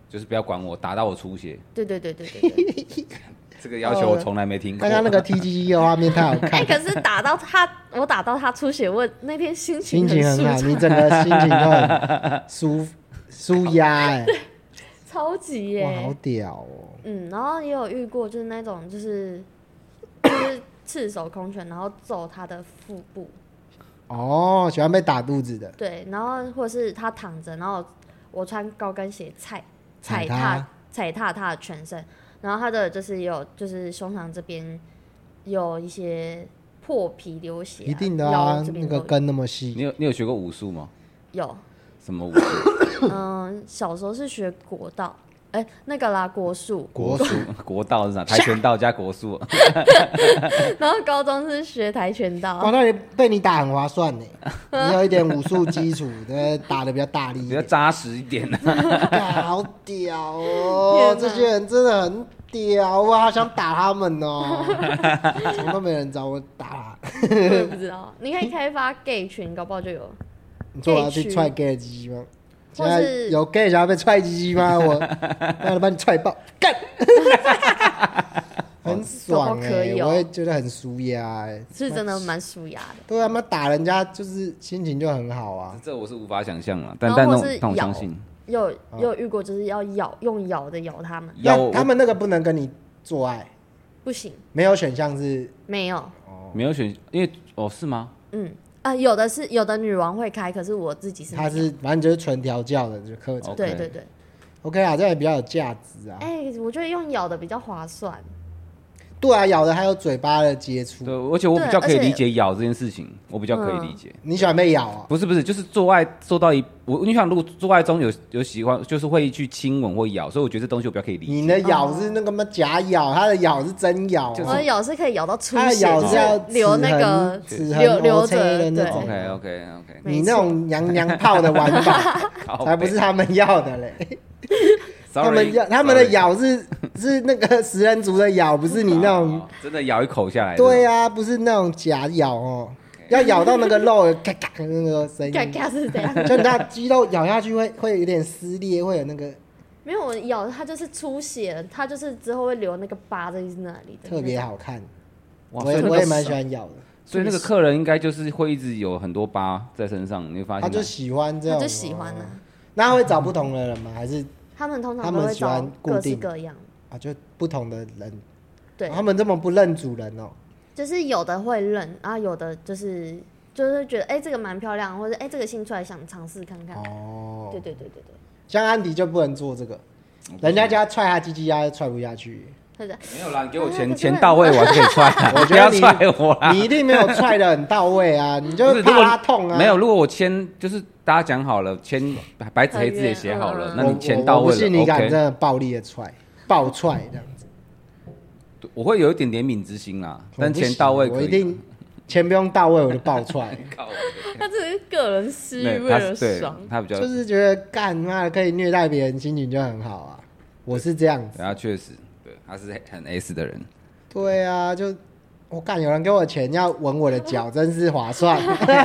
S3: 就是不要管我，打到我出血，呃
S4: 对对对对对 对。
S3: 这个要求我从来没听过。
S5: 刚刚那 个 T G E 的画面太好看
S4: 哎，，可是打到他，我打到他出血，我那天 心
S5: 心
S4: 情
S5: 情
S4: 舒
S5: 很好，你
S4: 畅，
S5: 整个心情都很舒舒压哎，
S4: 超级
S5: 哇，好
S4: 耶。
S5: 屌哦！
S4: 嗯，然后也有遇过，就是那种就是就是赤手空拳，然后揍他的腹部。
S5: 哦，喜欢被打肚子的，
S4: 对，然后或是他躺着，然后我穿高跟鞋踩踩
S5: 踩他
S4: 踏踩踏他的全身，然后他的就是有就是胸膛这边有一些破皮流血啊、
S5: 一定的
S4: 腰
S5: 啊
S4: 这，边
S5: 那个
S4: 都
S5: 根那么
S3: 你
S5: 细，
S3: 有你有学过武术吗？
S4: 有，
S3: 什么武术？
S4: 嗯，小时候是学国道，哎，那个啦国术，
S5: 国
S3: 术、国道是啥？跆拳道加国术，啊
S4: 然后高中是学跆拳
S5: 哇，
S4: 道，
S5: 那你被你打很划算 呢，你有一点武术基础，对，打的比较大力一
S3: 比较
S5: 点，
S3: 扎实一点啊。
S5: 干好屌哦！
S4: 天哪
S5: 这些人真的很屌，我好想打他 们哦，怎么都没人找我打？
S4: 我也不知道，你可以开发 gay 群，搞不好就有，
S5: 你说我要去踹 gay 鸡吗？现
S4: 或
S5: 在
S4: 是
S5: 有 gay 想要被踹鸡鸡吗？我，那我把你踹爆，干！很爽
S4: 可
S5: 哎、
S4: 不可以哦
S5: 我也觉得很舒压哎，
S4: 是真的蛮舒压的。
S5: 对啊，妈打人家就是心情就很好啊，
S3: 这我是无法想象了，但
S4: 然后
S3: 但
S4: 或
S3: 但我
S4: 是
S3: 但我
S4: 咬
S3: 相信
S4: 又有
S5: 哦
S4: 又有遇过，就是要咬用咬的咬他们，
S3: 要
S5: 那他们那个不能跟你做爱，
S4: 不行，
S5: 没有选项是
S4: 没有，
S3: 没有选，因为哦是吗？
S4: 嗯啊、有的是有的女王会开，可是我自己是没
S5: 他
S4: 有
S5: 是反正就是纯调教的就课
S3: 哦
S5: 程
S4: 对
S3: OK
S4: 对对，
S5: ，OK 啊，这样也比较有价值啊。
S4: 哎、我觉得用咬的比较划算，
S5: 对啊，咬的还有嘴巴的接触
S3: 对，，而且我比较
S4: 对
S3: 可以
S4: 而且嗯
S3: 理解咬这件事情，我比较可以理解。
S5: 你喜欢被咬啊？
S3: 不是不是，就是做爱做到一，我你想如果做爱中有有喜欢，就是会去亲吻或咬，所以我觉得这东西我比较可以理解。
S5: 你的咬是那个嘛假咬，他的咬是真咬啊，
S4: 我的咬是可以咬到出
S5: 他的
S4: 血，
S5: 咬
S4: 就是
S5: 要
S4: 是留那个
S5: 齿痕
S4: 留
S5: 齿痕
S4: 留着
S5: OK 的那
S4: 对。
S5: 种
S3: OK OK OK，
S4: 没
S5: 你那种娘娘炮的玩 法
S3: 哦
S5: 才不是他们要的嘞。 他们要他们的咬是是那个食人族的咬，不是你 那种。
S3: 哦真的咬一口下来。
S5: 对呀、不是那种假咬哦， 要咬到那个肉的嘎嘎的那个声
S4: 嘎
S5: 音，
S4: 嘎是这样，
S5: 就你那肌肉咬下去会会有点撕裂，会有那个
S4: 没有我咬它就是出血，它就是之后会留那个疤在那里的那种，
S5: 特别好看。
S3: 哇，
S5: 我也
S3: 所以
S5: 我
S3: 那
S5: 也
S3: 个
S5: 蛮喜欢咬的，
S3: 所以那个客人应该就是会一直有很多疤在身上，啊你会发
S5: 他
S3: 现
S5: 就喜欢这
S4: 他
S5: 种，啊哦
S4: 就喜欢啊了。
S5: 那他会找不同的人吗？还是
S4: 他们通
S5: 他
S4: 常
S5: 们
S4: 都会
S5: 喜欢
S4: 找
S5: 固
S4: 各
S5: 定
S4: 式各样，
S5: 啊，就不同的人？
S4: 对，
S5: 他们这么不认主人哦、
S4: 就是有的会认，然后有的就是就是觉得哎、这个蛮漂亮，或者哎、这个兴趣来想尝试看看。
S5: 哦，
S4: 对对对对对，
S5: 像安迪就不能做这个，人家家踹他鸡鸡，他踹不 下去。
S4: 他的
S3: 没有啦，你给我
S4: 啊
S3: 钱
S4: 可是
S3: 钱到位，我还是可以踹啊，
S5: 我
S3: 不
S5: 觉得
S3: 要
S5: 你
S3: 踹我啦。
S5: 你一定没有踹的很到位啊，你就
S3: 不是如
S5: 怕
S3: 果
S5: 他痛啊。
S3: 没有，如果我签就是大家讲好了，签白纸黑字也写好了，
S4: 嗯
S3: 那
S5: 哎我
S3: 你钱到
S5: 我我
S3: 位
S5: 不信
S3: 了
S5: 你敢真
S3: ，OK，
S5: 的暴力的踹，暴踹这样子。
S3: 我会有一点怜悯之心啦，
S5: 我
S3: 但
S5: 不
S3: 钱
S5: 行
S3: 到位
S5: 我
S3: 可
S5: 一
S3: 以啊
S5: 定。钱不用到位我就 暴踹，
S3: 靠我
S4: 他只是个人私
S3: 对
S4: 欲，为
S3: 他
S4: 了
S3: 对
S4: 爽。
S3: 他比较
S5: 就，是觉得干妈的可以虐待别人，心情就很好啊。我是这样子，
S3: 然后确实，对，他是很 S 的人，
S5: 对啊，就我干有人给我钱要吻我的脚，真是 划算。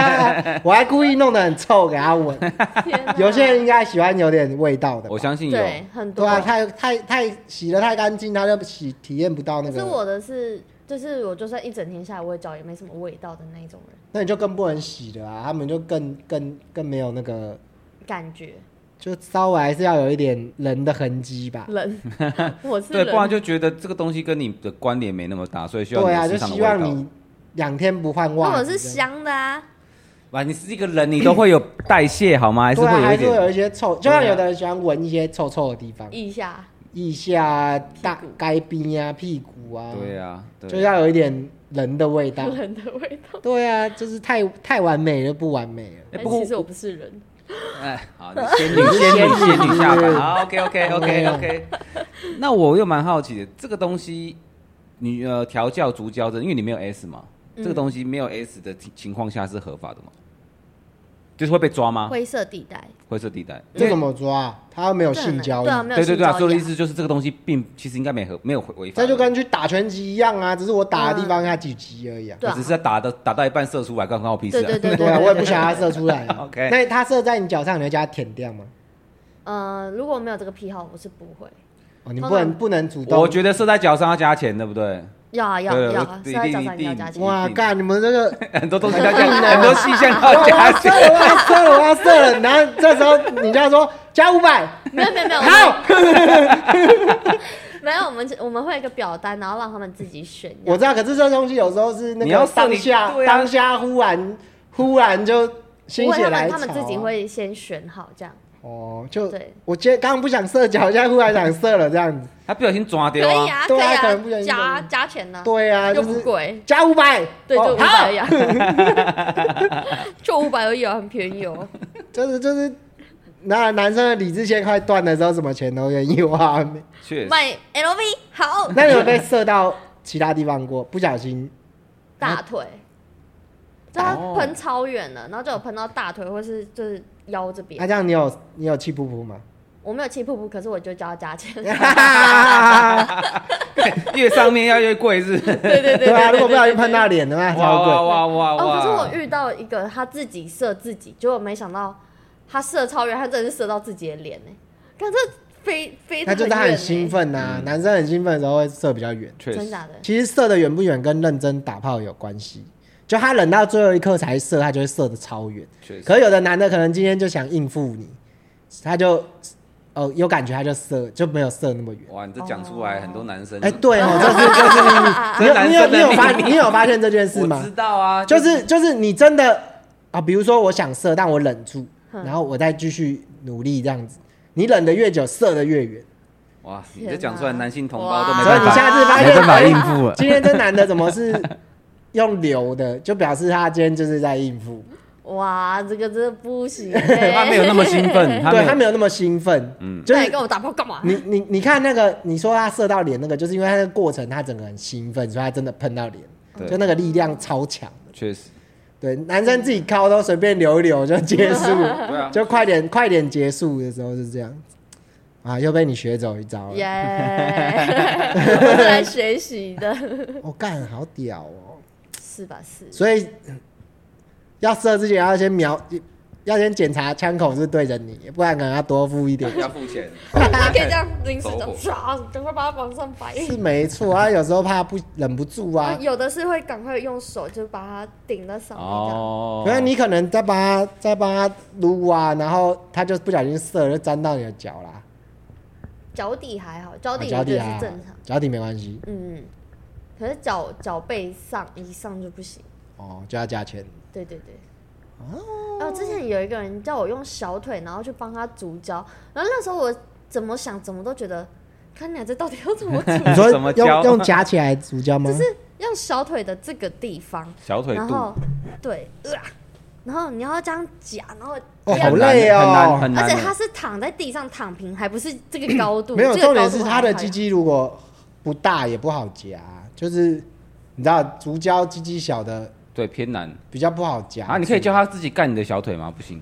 S5: 我还故意弄得很臭给他吻，
S4: 天哪
S5: 有些人应该喜欢有点味道的吧。
S3: 我相信有。
S4: 对很多
S5: 对啊，太太太洗的太干净，他就洗体验不到那
S4: 可
S5: 个。
S4: 是我的是，就是我就算一整天下来，我的脚也没什么味道的那一种人，
S5: 那你就更不能洗了啊！他们就更更更没有那个，
S4: 感觉
S5: 就稍微还是要有一点人的痕迹吧。
S4: 冷，我是
S3: 对，不然
S4: 冷，
S3: 就觉得这个东西跟你的关联没那么大，所以需要
S5: 对啊，
S3: 你
S5: 就
S3: 身上的
S5: 希
S3: 味道
S5: 望你两天不换
S4: 那
S5: 袜
S4: 我
S5: 子
S4: 是
S5: 这样。
S4: 香的啊，
S3: 哇，你是一个人，你都会有代谢好 吗？还是
S5: 对
S3: 会
S5: 啊，
S3: 有一
S5: 还是会有
S3: 点
S5: 一些臭，就像有的人喜欢闻一些臭臭的地方，
S4: 腋下
S5: 腋下啊、大
S4: 屁股
S5: 该边啊、屁股啊，
S3: 对啊，对
S5: 就要有一点人的 味道。
S4: 人的味道。
S5: 对啊，就是太太完美就不完美了。
S3: 哎
S4: 但
S3: 不过
S4: 其实我不是人，
S3: 哎，好，你仙女，仙女，仙女下凡。 好，OK，OK，OK，OK。那
S5: 啊
S3: 我又蛮好奇的，这个东西，你呃调教、足教的，因为你没有 S 嘛，
S5: 嗯
S3: 这个东西没有 S 的情情况下是合法的吗？就是会被抓吗？
S4: 灰色地带，
S3: 灰色地带？
S5: 这怎么抓啊？他没有
S4: 这很
S5: 性
S4: 难
S5: 交易
S4: 对，啊，没有
S3: 对对对啊，
S4: 性交
S3: 所以我的
S4: 易
S3: 意思就是这个东西并其实应该没合没有违法
S5: 这
S3: 的，
S5: 就跟去打拳击一样啊，只是我打的地
S4: 嗯
S5: 方他几级而已啊。
S4: 对
S3: 我
S4: 啊
S3: 只是在打的打到一半射出来，关关我屁事啊。
S4: 对对对
S5: 对啊，我也不想它射出来啊。
S3: OK
S5: 那它射在你脚上，你会将它舔掉吗？
S4: 呃，如果没有这个癖好，我是不会。
S5: 哦，你不
S4: 通常
S5: 能不能主动。
S3: 我觉得射在脚上要加钱，对不对？
S4: 要啊要
S3: 对
S4: 啊
S3: 我
S4: 要啊，
S3: 一
S4: 是在
S3: 定
S4: 脚
S3: 一
S4: 上一定要
S3: 定
S4: 加钱。
S5: 哇，干你们这个，
S3: 很多东西要加，
S5: 很硬啊
S3: 很多细项
S5: 哇
S3: 要
S5: 我
S3: 加
S5: 要
S3: 钱
S5: 射。了，我要射了，我要射了。然后这时候你就要说加五百，
S4: 没有没有没有，
S5: 好，
S4: 没有，我们我们会有一个表单，然后让他们自己选。
S5: 我知道。可是这东西有时候是那
S3: 你要
S5: 个
S3: 射
S5: 当
S3: 你
S5: 下
S3: 对啊
S5: 当下忽然忽然就心
S4: 不会，
S5: 血
S4: 他
S5: 来
S4: 们
S5: 潮
S4: 他
S5: 啊，
S4: 们自己会先选好这样。
S5: 哦，就
S4: 对
S5: 我今天刚刚不想射脚，现在忽然想射了这样子。
S3: 他不小心抓
S4: 可
S3: 掉
S4: 以啊，可
S5: 对
S4: 以
S5: 啊可能不小心
S4: 加加钱呢。
S5: 对啊，
S4: 又
S5: 就
S4: 不
S5: 是
S4: 贵，
S5: 加五百，
S4: 对，就
S5: 哦
S4: 五
S5: 好
S4: 百呀， 就五百而已啊，很便宜哦。
S5: 就是就是，那男生的理智线快断的时候，什么钱都愿意花。
S3: 确实。
S4: 买 LV 好，
S5: 那你有被射到其他地方过？不小心
S4: 大腿，就它
S5: 哦
S4: 喷超远了，然后就有喷到大腿或是就是腰这
S5: 那、啊、
S4: 边。
S5: 这样你有你有气噗噗吗？
S4: 我没有气瀑布，可是我就叫他加钱。
S3: 越上面要越贵是不是？
S4: 对 对对
S5: 对啊，如果不小心
S4: 对
S5: 喷到脸的话，
S3: 哇哇
S5: 超贵。
S3: 哇哇
S4: 哦，
S3: 哇！
S4: 可是我遇到一个他自己射自己，结果没想到他射超远，他真的是射到自己的脸呢、欸。看这飞飞得
S5: 那就是
S4: 很
S5: 他
S4: 远
S5: 很
S4: 欸
S5: 兴，奋呐，男生很兴奋的时候会射比较远。
S3: 确
S4: 真
S3: 实，
S4: 假的？啊
S5: 其实射的远不远跟认真打炮有关系，就他忍到最后一刻才射，他就会射的超远。
S3: 确实，
S5: 可有的男的可能今天就想应付你，他就哦有感觉他就射，就没有射那么远。
S3: 哇，你这讲出
S4: 哦
S3: 来，很多男生
S5: 哎、对哦，这是 就是你，你有你有你有发你有发现这件事
S3: 我
S5: 吗
S3: 知？道啊，
S5: 就是就是你真的啊，比如说我想射，但我忍住，
S3: 嗯
S5: 然后我再继续努力这样子。你忍的越久，射的越远。
S3: 哇，你
S4: 天
S3: 这讲出来，
S4: 哪
S3: 男性同胞都
S4: 哇
S3: 没
S5: 所以
S3: 办
S5: 你
S3: 法，
S5: 下次发
S6: 没
S5: 现哎
S6: 办法应付啊了。
S5: 今天这男的怎么是用流的，就表示他今天就是在应付，
S4: 哇，这个真的不行
S3: 对
S4: 欸，
S3: 他没 有那么兴 奋，他没
S5: 对他
S3: 有，
S5: 没有那么兴奋，嗯，就
S4: 那
S5: 是
S4: 你跟我打炮干嘛？
S5: 你你你看那个，你说他射到脸那个，就是因为他的过程他整个很兴奋，所以他真的喷到脸，
S3: 对
S5: 就那个力量超强。
S3: 确实，
S5: 对，男生自己靠都随便流一流就结束，
S4: 嗯
S3: 对啊，。
S5: 就快点快点结束的时候是这样。啊，又被你学走一招
S4: 耶
S5: 了，，
S4: 我是来学习的，
S5: 我干、好屌哦！
S4: 是吧？是，
S5: 所以嗯要射之前要先瞄，要先检查枪口是对着你，不然可能要多付一点
S3: 要付钱，
S4: 他可以这样临时
S3: 走
S4: 的
S3: 火
S4: 抓，赶快把它往上摆。
S5: 是没错啊，有时候怕不忍不住
S4: 啊
S5: 啊，
S4: 有的是会赶快用手就把它顶在上面这样，
S3: 哦
S5: 可是你可能在帮他在帮他撸啊，然后他就不小心射了，就沾到你的脚啦。
S4: 脚底还好，脚
S5: 啊
S4: 底
S5: 脚
S4: 我觉
S5: 底
S4: 得
S5: 啊
S4: 是正常，，
S5: 脚底没关系
S4: 嗯，可是脚脚背上以上就不行。
S5: 哦，就要加钱。
S4: 对对对。哦，之前有一个人叫我用小腿，然后去帮他足交，然后那时候我怎么想怎么都觉得，看你这到底要怎么
S5: 你
S4: 足？
S5: 说
S3: 怎么教
S5: 用用夹起来足胶吗？
S4: 就是用小腿的这个地方，
S3: 小腿
S4: 然
S3: 肚
S4: 后，对、呃，然后你要这样夹，然后
S5: 哦，
S4: 这样
S5: 好累
S3: 很难
S5: 哦。
S3: 很难，
S4: 而且他是躺在地上躺平，还不是这个高度，
S5: 没有，
S4: 这个高
S5: 重点
S4: 度
S5: 是
S4: 还
S5: 他的
S4: 好
S5: 鸡，鸡如果不大也不好夹，就是你知道足胶鸡鸡小的
S3: 对偏难
S5: 比较不好夹
S3: 啊，你可以叫他自己干你的小腿吗？不行，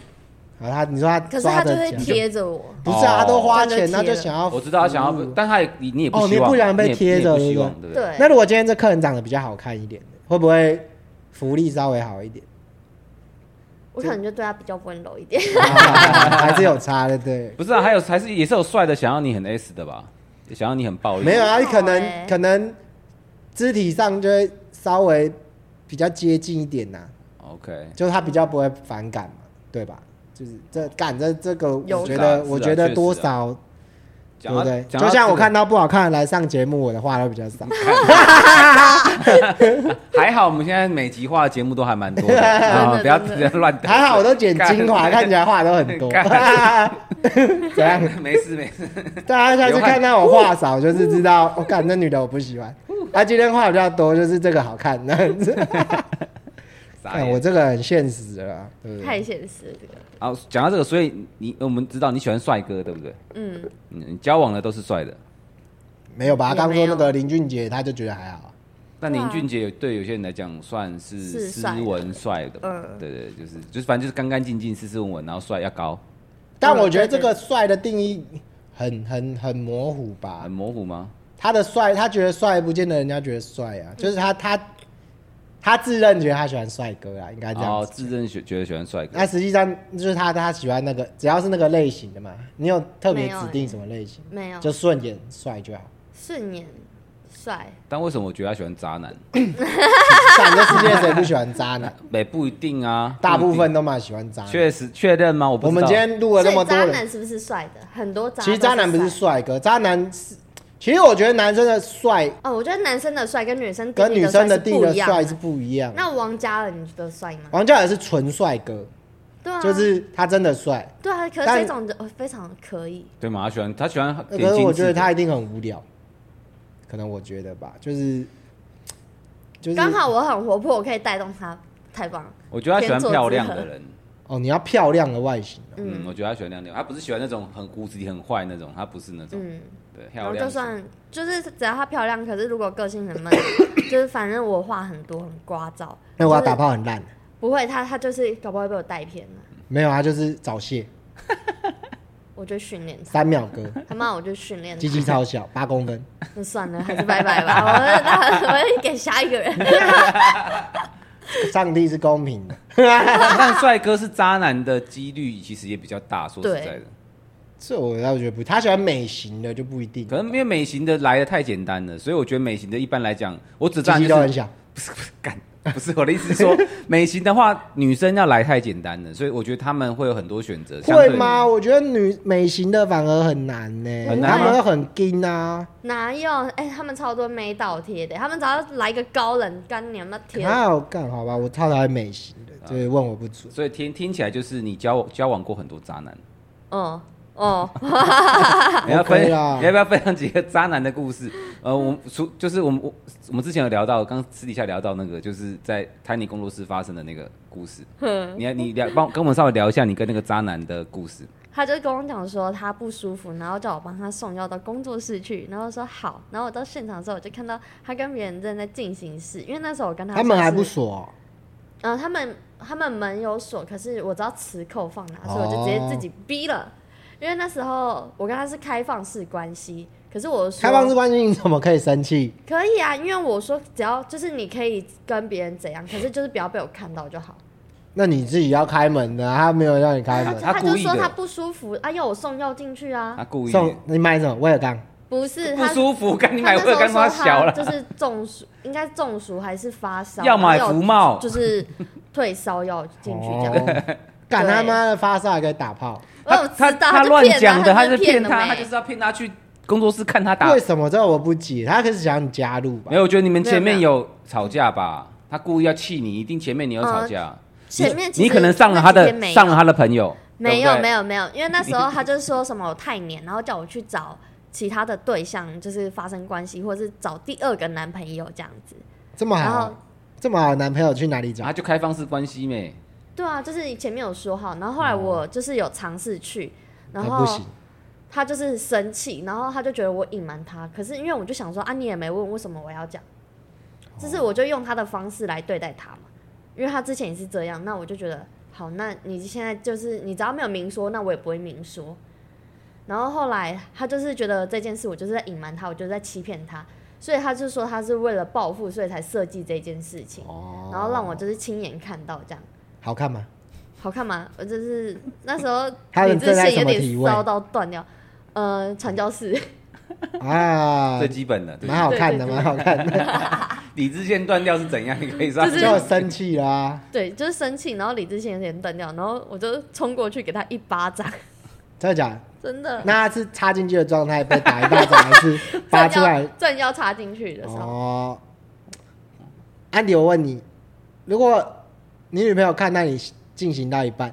S5: 啊，他你说他
S4: 可是
S5: 抓
S4: 他就
S5: 着
S4: 会
S5: 夹
S4: 贴着我，
S5: 不是
S3: 哦
S5: 啊，他都花钱，
S4: 他
S5: 他
S4: 就贴
S5: 就
S4: 了
S5: 想要。
S3: 我知道他想要，。但他也你你也不
S5: 嗯哦
S3: 希望，
S5: 你不想被
S3: 你也
S5: 贴着
S3: 你也不希望，
S5: 对
S3: 对不对？
S4: 对，
S5: 那如果今天这客人长得比较好看一点的，会不会福利稍微好一 点？
S4: 我可能就对他比较温柔一点。
S5: 啊还是有差的，对。
S3: 不是啊，还有还是也是有帅的想要你很 S 的吧，想要你很暴力，
S5: 没有啊，
S4: 很好
S5: 可能
S4: 欸
S5: 可能肢体上就会稍微比较接近一点呐、
S3: ，OK，
S5: 就是他比较不会反感嘛，对吧？就是这感这这个，
S4: 有
S5: 我觉
S4: 感
S5: 得
S3: 是啊
S5: 我觉得
S3: 确实啊
S5: 多少、对
S3: 讲
S5: 不
S3: 到
S5: 对？
S3: 讲到
S5: 就像
S3: 这
S5: 我
S3: 个
S5: 看到不好看的来上节目，我的话都比 较少。
S3: 还好，我们现在每集画的节目都还蛮多 的啊，
S4: 真的
S3: 不要
S4: 真的
S3: 不要乱打。
S5: 还好我都剪精华，
S3: 干
S5: 看起来话都很 多。怎样？
S3: 没事没事，
S5: 大家下次看到我话少，就是知 道我干、那女的我不喜欢。啊，今天话比较多，就是这个好看。那样子
S3: 傻
S5: 哎看我
S3: 眼。
S5: 这个很现实了啊，对不对？
S4: 太现实了，这个
S3: 好，讲到这个，所以你我们知道你喜欢帅哥，对不对？
S4: 嗯，
S3: 嗯，你交往的都是帅的。
S5: 没有吧？
S4: 也没有
S5: 刚说那个林俊杰，他就觉得还好。
S3: 但
S4: 对啊
S3: 林俊杰有对有些人来讲算是
S4: 是
S3: 斯
S4: 帅的
S3: 文帅的嘛，
S4: 嗯
S3: 对对，就是就是反正就是干干净净、斯斯文文，然后帅要高，
S5: 但我觉得这个帅的定义很很很模糊吧
S3: 很。模糊吗？
S5: 他的帅，他觉得帅，不见得人家觉得帅啊。就是他他他自认觉得他喜欢帅哥啊，应该这
S3: 然
S5: 样
S3: 后
S5: 子。
S3: 哦自认觉觉得喜欢帅哥
S5: 那，实际上就是他他喜欢那个，只要是那个类型的嘛。你有特别
S4: 没有
S5: 指
S4: 欸
S5: 定什么类型？
S4: 没有
S5: 就顺眼帅就好。
S4: 顺眼帅，
S3: 但为什么我觉得他喜欢渣男？
S5: 感这世界谁不喜欢渣男？
S3: 也不一定啊，
S5: 大部分
S3: 都
S5: 都蛮喜欢渣男。
S3: 确实确认吗？我不
S5: 我
S3: 知道
S5: 们今天录了
S4: 所
S5: 那么
S4: 以
S5: 多
S4: 渣
S5: 人，
S4: 男是不是帅的？很多渣
S5: 其实渣男不是
S4: 都
S5: 帅哥，渣男是，其实我觉得男生的帅
S4: 哦，我觉得男生的帅跟女生
S5: 跟女生的定
S4: 定义
S5: 的
S4: 的帅
S5: 帅
S4: 是
S5: 是
S4: 不一样的啊
S5: 不一样的。
S4: 那王嘉尔，你觉得帅吗？
S5: 王嘉尔是纯帅哥，
S4: 对啊，
S5: 就是他真的帅，
S4: 对啊，可是
S5: 但
S4: 这种人非常可以，
S3: 对嘛？他喜欢他喜欢
S5: 呃可
S3: 点
S5: 是
S3: 睛
S5: 我觉得
S3: 之
S5: 他一定很无聊，可能我觉得吧，就是就是
S4: 刚好我很活泼，我可以带动他，太棒了。
S3: 我觉得他喜欢
S4: 天作之
S3: 漂亮
S4: 合
S3: 的人。
S5: 哦，你要漂亮的外形哦、
S3: 嗯，我觉得他喜欢那种，他不是喜欢那种很骨子里很坏那种，他不是那种，
S4: 嗯，
S3: 对，
S4: 然
S3: 漂
S4: 后
S3: 亮
S4: 就
S3: 型。
S4: 算就是只要她漂亮，可是如果个性很 闷，就是反正我话很多，很聒噪。
S5: 那我要
S4: 就是
S5: 打炮很烂，
S4: 不会，他他就是搞不好会被我带偏了，
S5: 没有啊，就是早泄，
S4: 我就训练他，
S5: 三秒哥，
S4: 他妈我就训练
S5: 鸡
S4: 他。
S5: 鸡超小，八公分，
S4: 那算了，还是拜拜吧，我会打我会给下一个人。
S5: 上帝是公平的。
S3: 但但帅哥是渣男的几率其实也比较大，说实在的，
S5: 这我倒觉得不，他喜欢美型的就不一定。
S3: 可能因为美型的来的太简单了，所以我觉得美型的一般来讲，我只
S5: 鸡
S3: 占
S5: 鸡
S3: 就
S5: 都很
S3: 是
S5: 小，
S3: 不是不是干，不是我 的意思是说美型的话，女生要来太简单了，所以我觉得他们会有很多选择。相
S5: 会
S3: 对
S5: 吗？我觉得女美型的反而很难呢、
S3: 很难
S5: 他
S3: 吗
S5: 们会很硬啊。
S4: 哪有？哎、他们超多美倒贴的，他们只要来一个高冷，干你妈贴。
S5: 哪有干好吧？我超讨厌美型的，
S3: 啊
S5: 所以问我不准。
S3: 所以听听起来就是你交交往过很多渣 男，
S4: 哦哦，
S3: 你要分
S5: OK 啦
S4: 啊
S3: 你要不要分享几个渣男的故事？呃，我除就是我们我我们之前有聊到，刚私底下聊到那个就是在泰尼工作室发生的那个故 事，你要你聊帮跟我们稍微聊一下你跟那个渣男的故事。
S4: 他就跟我讲说他不舒服，然后叫我帮他送药到工作室去，然后说好。然后我到现场之后，我就看到他跟别人正在进行式，因为那时候我跟他
S5: 他们还
S4: 算是
S5: 不锁哦、
S4: 嗯、他们他们门有锁，可是我知道磁扣放哪，所以我就直
S5: 哦
S4: 接自己逼了。因为那时候我跟他是开放式关系，可是我说
S5: 开放式关系你怎么可以生气？
S4: 可以啊，因为我说只要就是你可以跟别人怎样，可是就是不要被我看到就好。
S5: 那你自己要开门的啊，他没有让你开门。
S3: 他
S4: 就
S3: 故意
S4: 说
S3: 的
S4: 他不舒服啊，要我送药进去啊，
S3: 他故意的
S5: 送你买什么？威尔刚。
S4: 不是
S3: 不
S4: 他
S3: 舒服，干你
S4: 他
S3: 买
S4: 那时
S3: 我
S4: 候
S3: 干
S4: 说
S3: 他小了，
S4: 就是中暑，应该中暑还是发烧，
S3: 要买
S4: 然后有
S3: 福茂
S4: 就是退烧药进去这样。
S5: 哦干
S4: 对
S5: 他妈的发烧还可以打炮，
S4: 我哦有知道
S3: 他他
S4: 就
S3: 乱
S4: 骗了
S3: 讲的，
S4: 他
S3: 他是骗
S4: 骗
S3: 他，他
S4: 没
S3: 就是要骗他去工作室看他打
S5: 为。什么这我不解？他可是想你加入吧
S3: 没？有，我觉得你们前面有吵架吧？他故意要气你，一定前面你有吵架。
S4: 哦前面其
S3: 你
S4: 实
S3: 可能上了他
S4: 那
S3: 的
S4: 几天没有
S3: 上了他的朋友，
S4: 没有没
S3: 有。
S4: 有没有，因为那时候他就说什么我太黏，然后叫我去找其他的对象，就是发生关系，或者是找第二个男朋友这样子。
S5: 这么
S4: 然后
S5: 好，这么好的男朋友去哪里找
S3: 他？就开放式关系咩？
S4: 对啊，就是前面有说好，然后后来我就是有尝试去，然
S5: 那
S4: 后
S5: 哦哎不行，
S4: 他就是生气，然后他就觉得我隐瞒他，可是因为我就想说啊，你也没问为什么我要讲，就是我就用他的方式来对待他嘛，因为他之前也是这样，那我就觉得好，那你现在就是你只要没有明说，那我也不会明说。然后后来他就是觉得这件事我就是在隐瞒他，我就是在欺骗他，所以他就说他是为了报复，所以才设计这件事情，
S3: 哦，
S4: 然后让我就是亲眼看到这样。
S5: 好看吗？
S4: 好看吗？我就是那时候
S5: 他们
S4: 理智
S5: 正在
S4: 线
S5: 什
S4: 有
S5: 么体
S4: 点
S5: 位
S4: 烧到断掉。呃，传教士，
S5: 啊
S3: 最，基本的，对
S5: 蛮好看的，
S4: 对对对
S5: 蛮好看的，
S3: 理智线断掉是怎样？你可以说
S4: 就是
S5: 就我生气啦，
S4: 对，就是生气，然后理智线有点断掉，然后我就冲过去给他一巴掌，
S5: 真的假的？
S4: 真的，
S5: 那他是插进去的状态被打一巴掌，还是拔出来
S4: 正？要正要插进去的时候，
S5: 哦，安迪，我问你，如果你女朋友看到你进行到一半，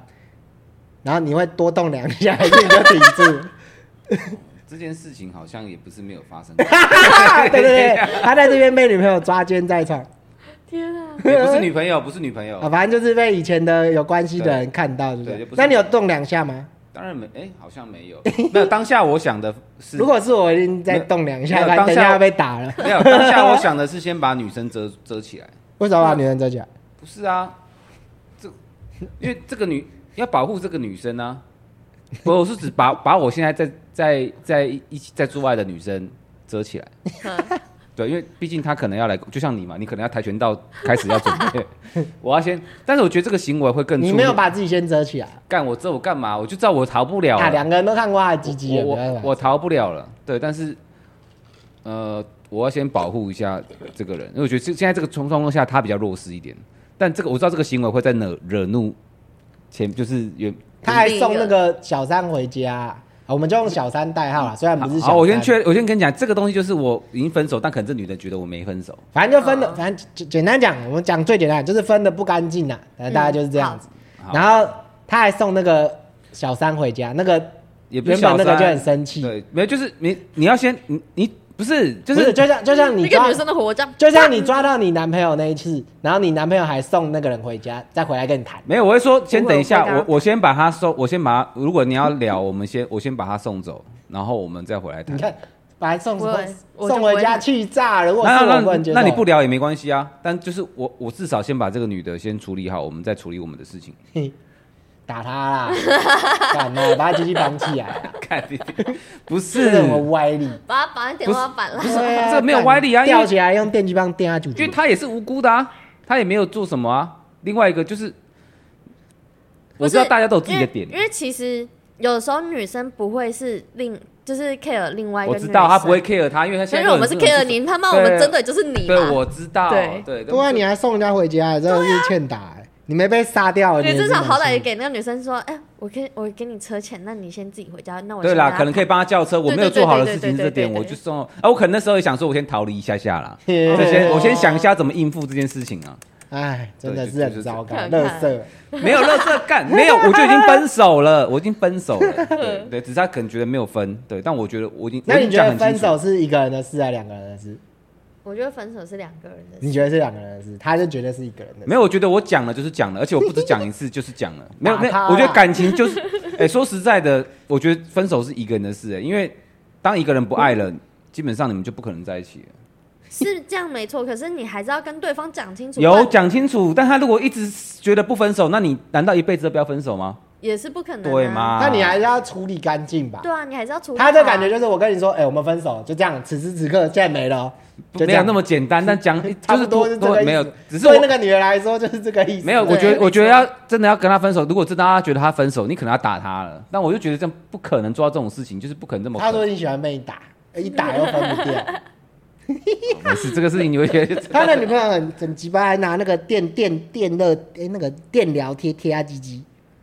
S5: 然后你会多动两下，还是你就停 住？
S3: 这件事情好像也不是没有发生过，
S5: 对对
S3: 哎
S5: 对，他在这边被女朋友抓奸在床
S4: 天啊，
S3: 也不是女朋友，不是女朋友
S5: 啊，，反正就是被以前的有关系的人看到，对不
S3: 哦对就
S5: 对
S3: 不？是
S5: 那你有动两下吗？
S3: 当然没，哎，好像没有，没有。当下我想的是，
S5: 如果是我，一定再动两
S3: 没
S5: 下，
S3: 有
S5: 反正
S3: 当
S5: 等一
S3: 下
S5: 下
S3: 我
S5: 要被打了。
S3: 没有，当下我想的是先把女生遮遮起来。
S5: 为什么把女人遮起来？
S3: 不是啊，这因为这个女要保护这个女生啊，不，我是指把把我现在在在在一起在做爱的女生遮起来。对，因为毕竟她可能要来，就像你嘛，你可能要跆拳道开始要准备。 我要先，但是我觉得这个行为会更
S5: 你
S3: 粗
S5: 没有
S3: 鲁
S5: 把自己先遮起来
S3: 干我这我干嘛？我就知道我逃不了
S5: 啊？
S3: 了
S5: 两个人都看过他的鸡
S3: 我
S5: 鸡了，
S3: 我
S5: 没办
S3: 我
S5: 法
S3: 我逃不了了。对，但是呃，我要先保护一下这个人，因为我觉得这现在这个状况下他比较弱势一点。但这个我知道这个行为会在惹惹怒前，就是原
S5: 他还送那个小三回家、啊，我们就用小三代号啦，虽然不是小
S3: 嗯好，
S5: 三，
S3: 我先确，我先跟你讲，这个东西就是我已经分手，但可能这女的觉得我没分手。
S5: 反正就分的，
S3: 嗯
S5: 反正简简单讲，我们讲最简单，就是分的不干净啦，反正大概就是这样子。
S3: 嗯好
S5: 然后他还送那个小三回家，那个
S3: 也不是
S5: 原本
S3: 小
S5: 那个
S3: 三
S5: 就很生气
S3: 对，没有，就是你你要先你你不是就
S5: 不是
S3: 是
S5: 就像就像你
S4: 那个
S5: 抓
S4: 女，生的火这样，
S5: 就像你
S3: 嗯
S5: 抓到你男朋友那一次，然后你男朋友还送那个人回家，再回来跟你谈。
S3: 没有，我会说先等一下，
S4: 不会我会
S3: 我
S4: 跟
S3: 我先把他收，我先把他。如果你要聊，我们先我先把他送走，然后我们再回来谈
S5: 你。看，把他送什么
S4: 我也我就
S5: 送
S4: 不会
S5: 回家
S4: 谈
S5: 气炸了，如果
S3: 那
S5: 是
S3: 那
S5: 我不能接
S3: 那
S5: 受。
S3: 那你不聊也没关系啊，但就是我我至少先把这个女的先处理好，我们再处理我们的事情。
S5: 打他啦，干啦，把他鸡鸡绑起来啦，
S3: 看你，不 是
S5: 啊这，是我歪理。
S4: 把他绑在天花板了
S3: 不。是
S5: 对啊
S3: 这没有
S5: 干
S3: 歪理啊因为
S5: 吊起来用电击棒电他主
S3: 因为她也是无辜的啊，她也没有做什么啊。另外一个就是，我
S4: 不
S3: 知
S4: 是
S3: 道大家都有自己的点
S4: 因为，因为其实有时候女生不会是另就是 care 另外一个
S3: 我
S4: 女
S3: 知
S4: 生，
S3: 道他不会，care 他，因为他
S4: 因
S3: 现在
S4: 为我们是 care 你，他妈我们
S3: 对
S4: 真的就是你
S3: 对，
S4: 嘛。
S3: 我知道，
S6: 对
S3: 对，
S5: 对啊，你还送人家回家，真的是欠打哎！你没被杀掉，
S4: 对，
S5: 你
S4: 至少好歹也
S5: 也
S4: 给那个女生说，哎、我给我给你车钱，那你先自己回家，那我
S3: 对
S4: 先
S3: 啦，
S4: 拿
S3: 可能可以帮他叫车，我没有做好的事情，
S6: 对对对对对
S3: 这点
S6: 对对
S3: 我
S6: 对
S3: 就送。啊，我可能那时候也想说，我先逃离一下下 啦，
S5: 嘿
S3: 我先我
S4: 哦
S3: 先想一下怎么应付这件事情啊。
S5: 哎，真的
S3: 对
S5: 是
S3: 就
S5: 很糟糕，
S4: 就是
S5: 乐色。
S3: 没有乐色干，没有，我就已经分手了，我已经分手了。对对，只是他可能觉得没有分，对，但我觉得我已经
S5: 那你觉得分？
S3: 我已经讲
S5: 手
S3: 很清楚
S5: 是一个人的事还是两个人的事？
S4: 我觉得分手是两个人的事
S5: 你。觉得是两个人的事，他就觉得是一个人的事。
S3: 没有，我觉得我讲了就是讲了，而且我不止 讲一次就是讲了，没有没有
S5: 打趴，啦
S3: 我觉得感情就是， 哎，说实在的，我觉得分手是一个人的事，哎因为当一个人不爱了，基本上你们就不可能在一起了。
S4: 是这样没错，可是你还是要跟对方讲清楚，不
S3: 有
S4: 然
S3: 讲清楚，但他如果一直觉得不分手，那你难道一辈子都不要分手吗？
S4: 也是不可能、啊，
S3: 对？吗？
S5: 那你还是要处理干净吧
S4: 对。啊，你还是要处理好啊。
S5: 他的感觉就是我跟你说，哎，我们分手，就这样，此时此刻现在没了哦，就这
S3: 没有
S5: 样
S3: 那么简单，但讲
S5: 差
S3: 就
S5: 不
S3: 是
S5: 多
S3: 多
S5: 是这
S3: 多
S5: 个意思。
S3: 没有，只是我
S5: 对那个女人来说就是这个意思。
S3: 没有，
S4: 对
S3: 我觉
S4: 没
S3: 得
S4: 错
S3: 我觉得要真的要跟他分手，如果真的他觉得他分手，你可能要打他了。但我就觉得这样不可能做到这种事情，就是不可能这么
S5: 他说
S3: 狠。
S5: 你喜欢被你打，一打又分不掉。
S3: 没事，这个事情你会 觉得
S5: 他的女朋友很很鸡巴，还拿那个电电电热哎、那个电疗贴贴他鸡鸡，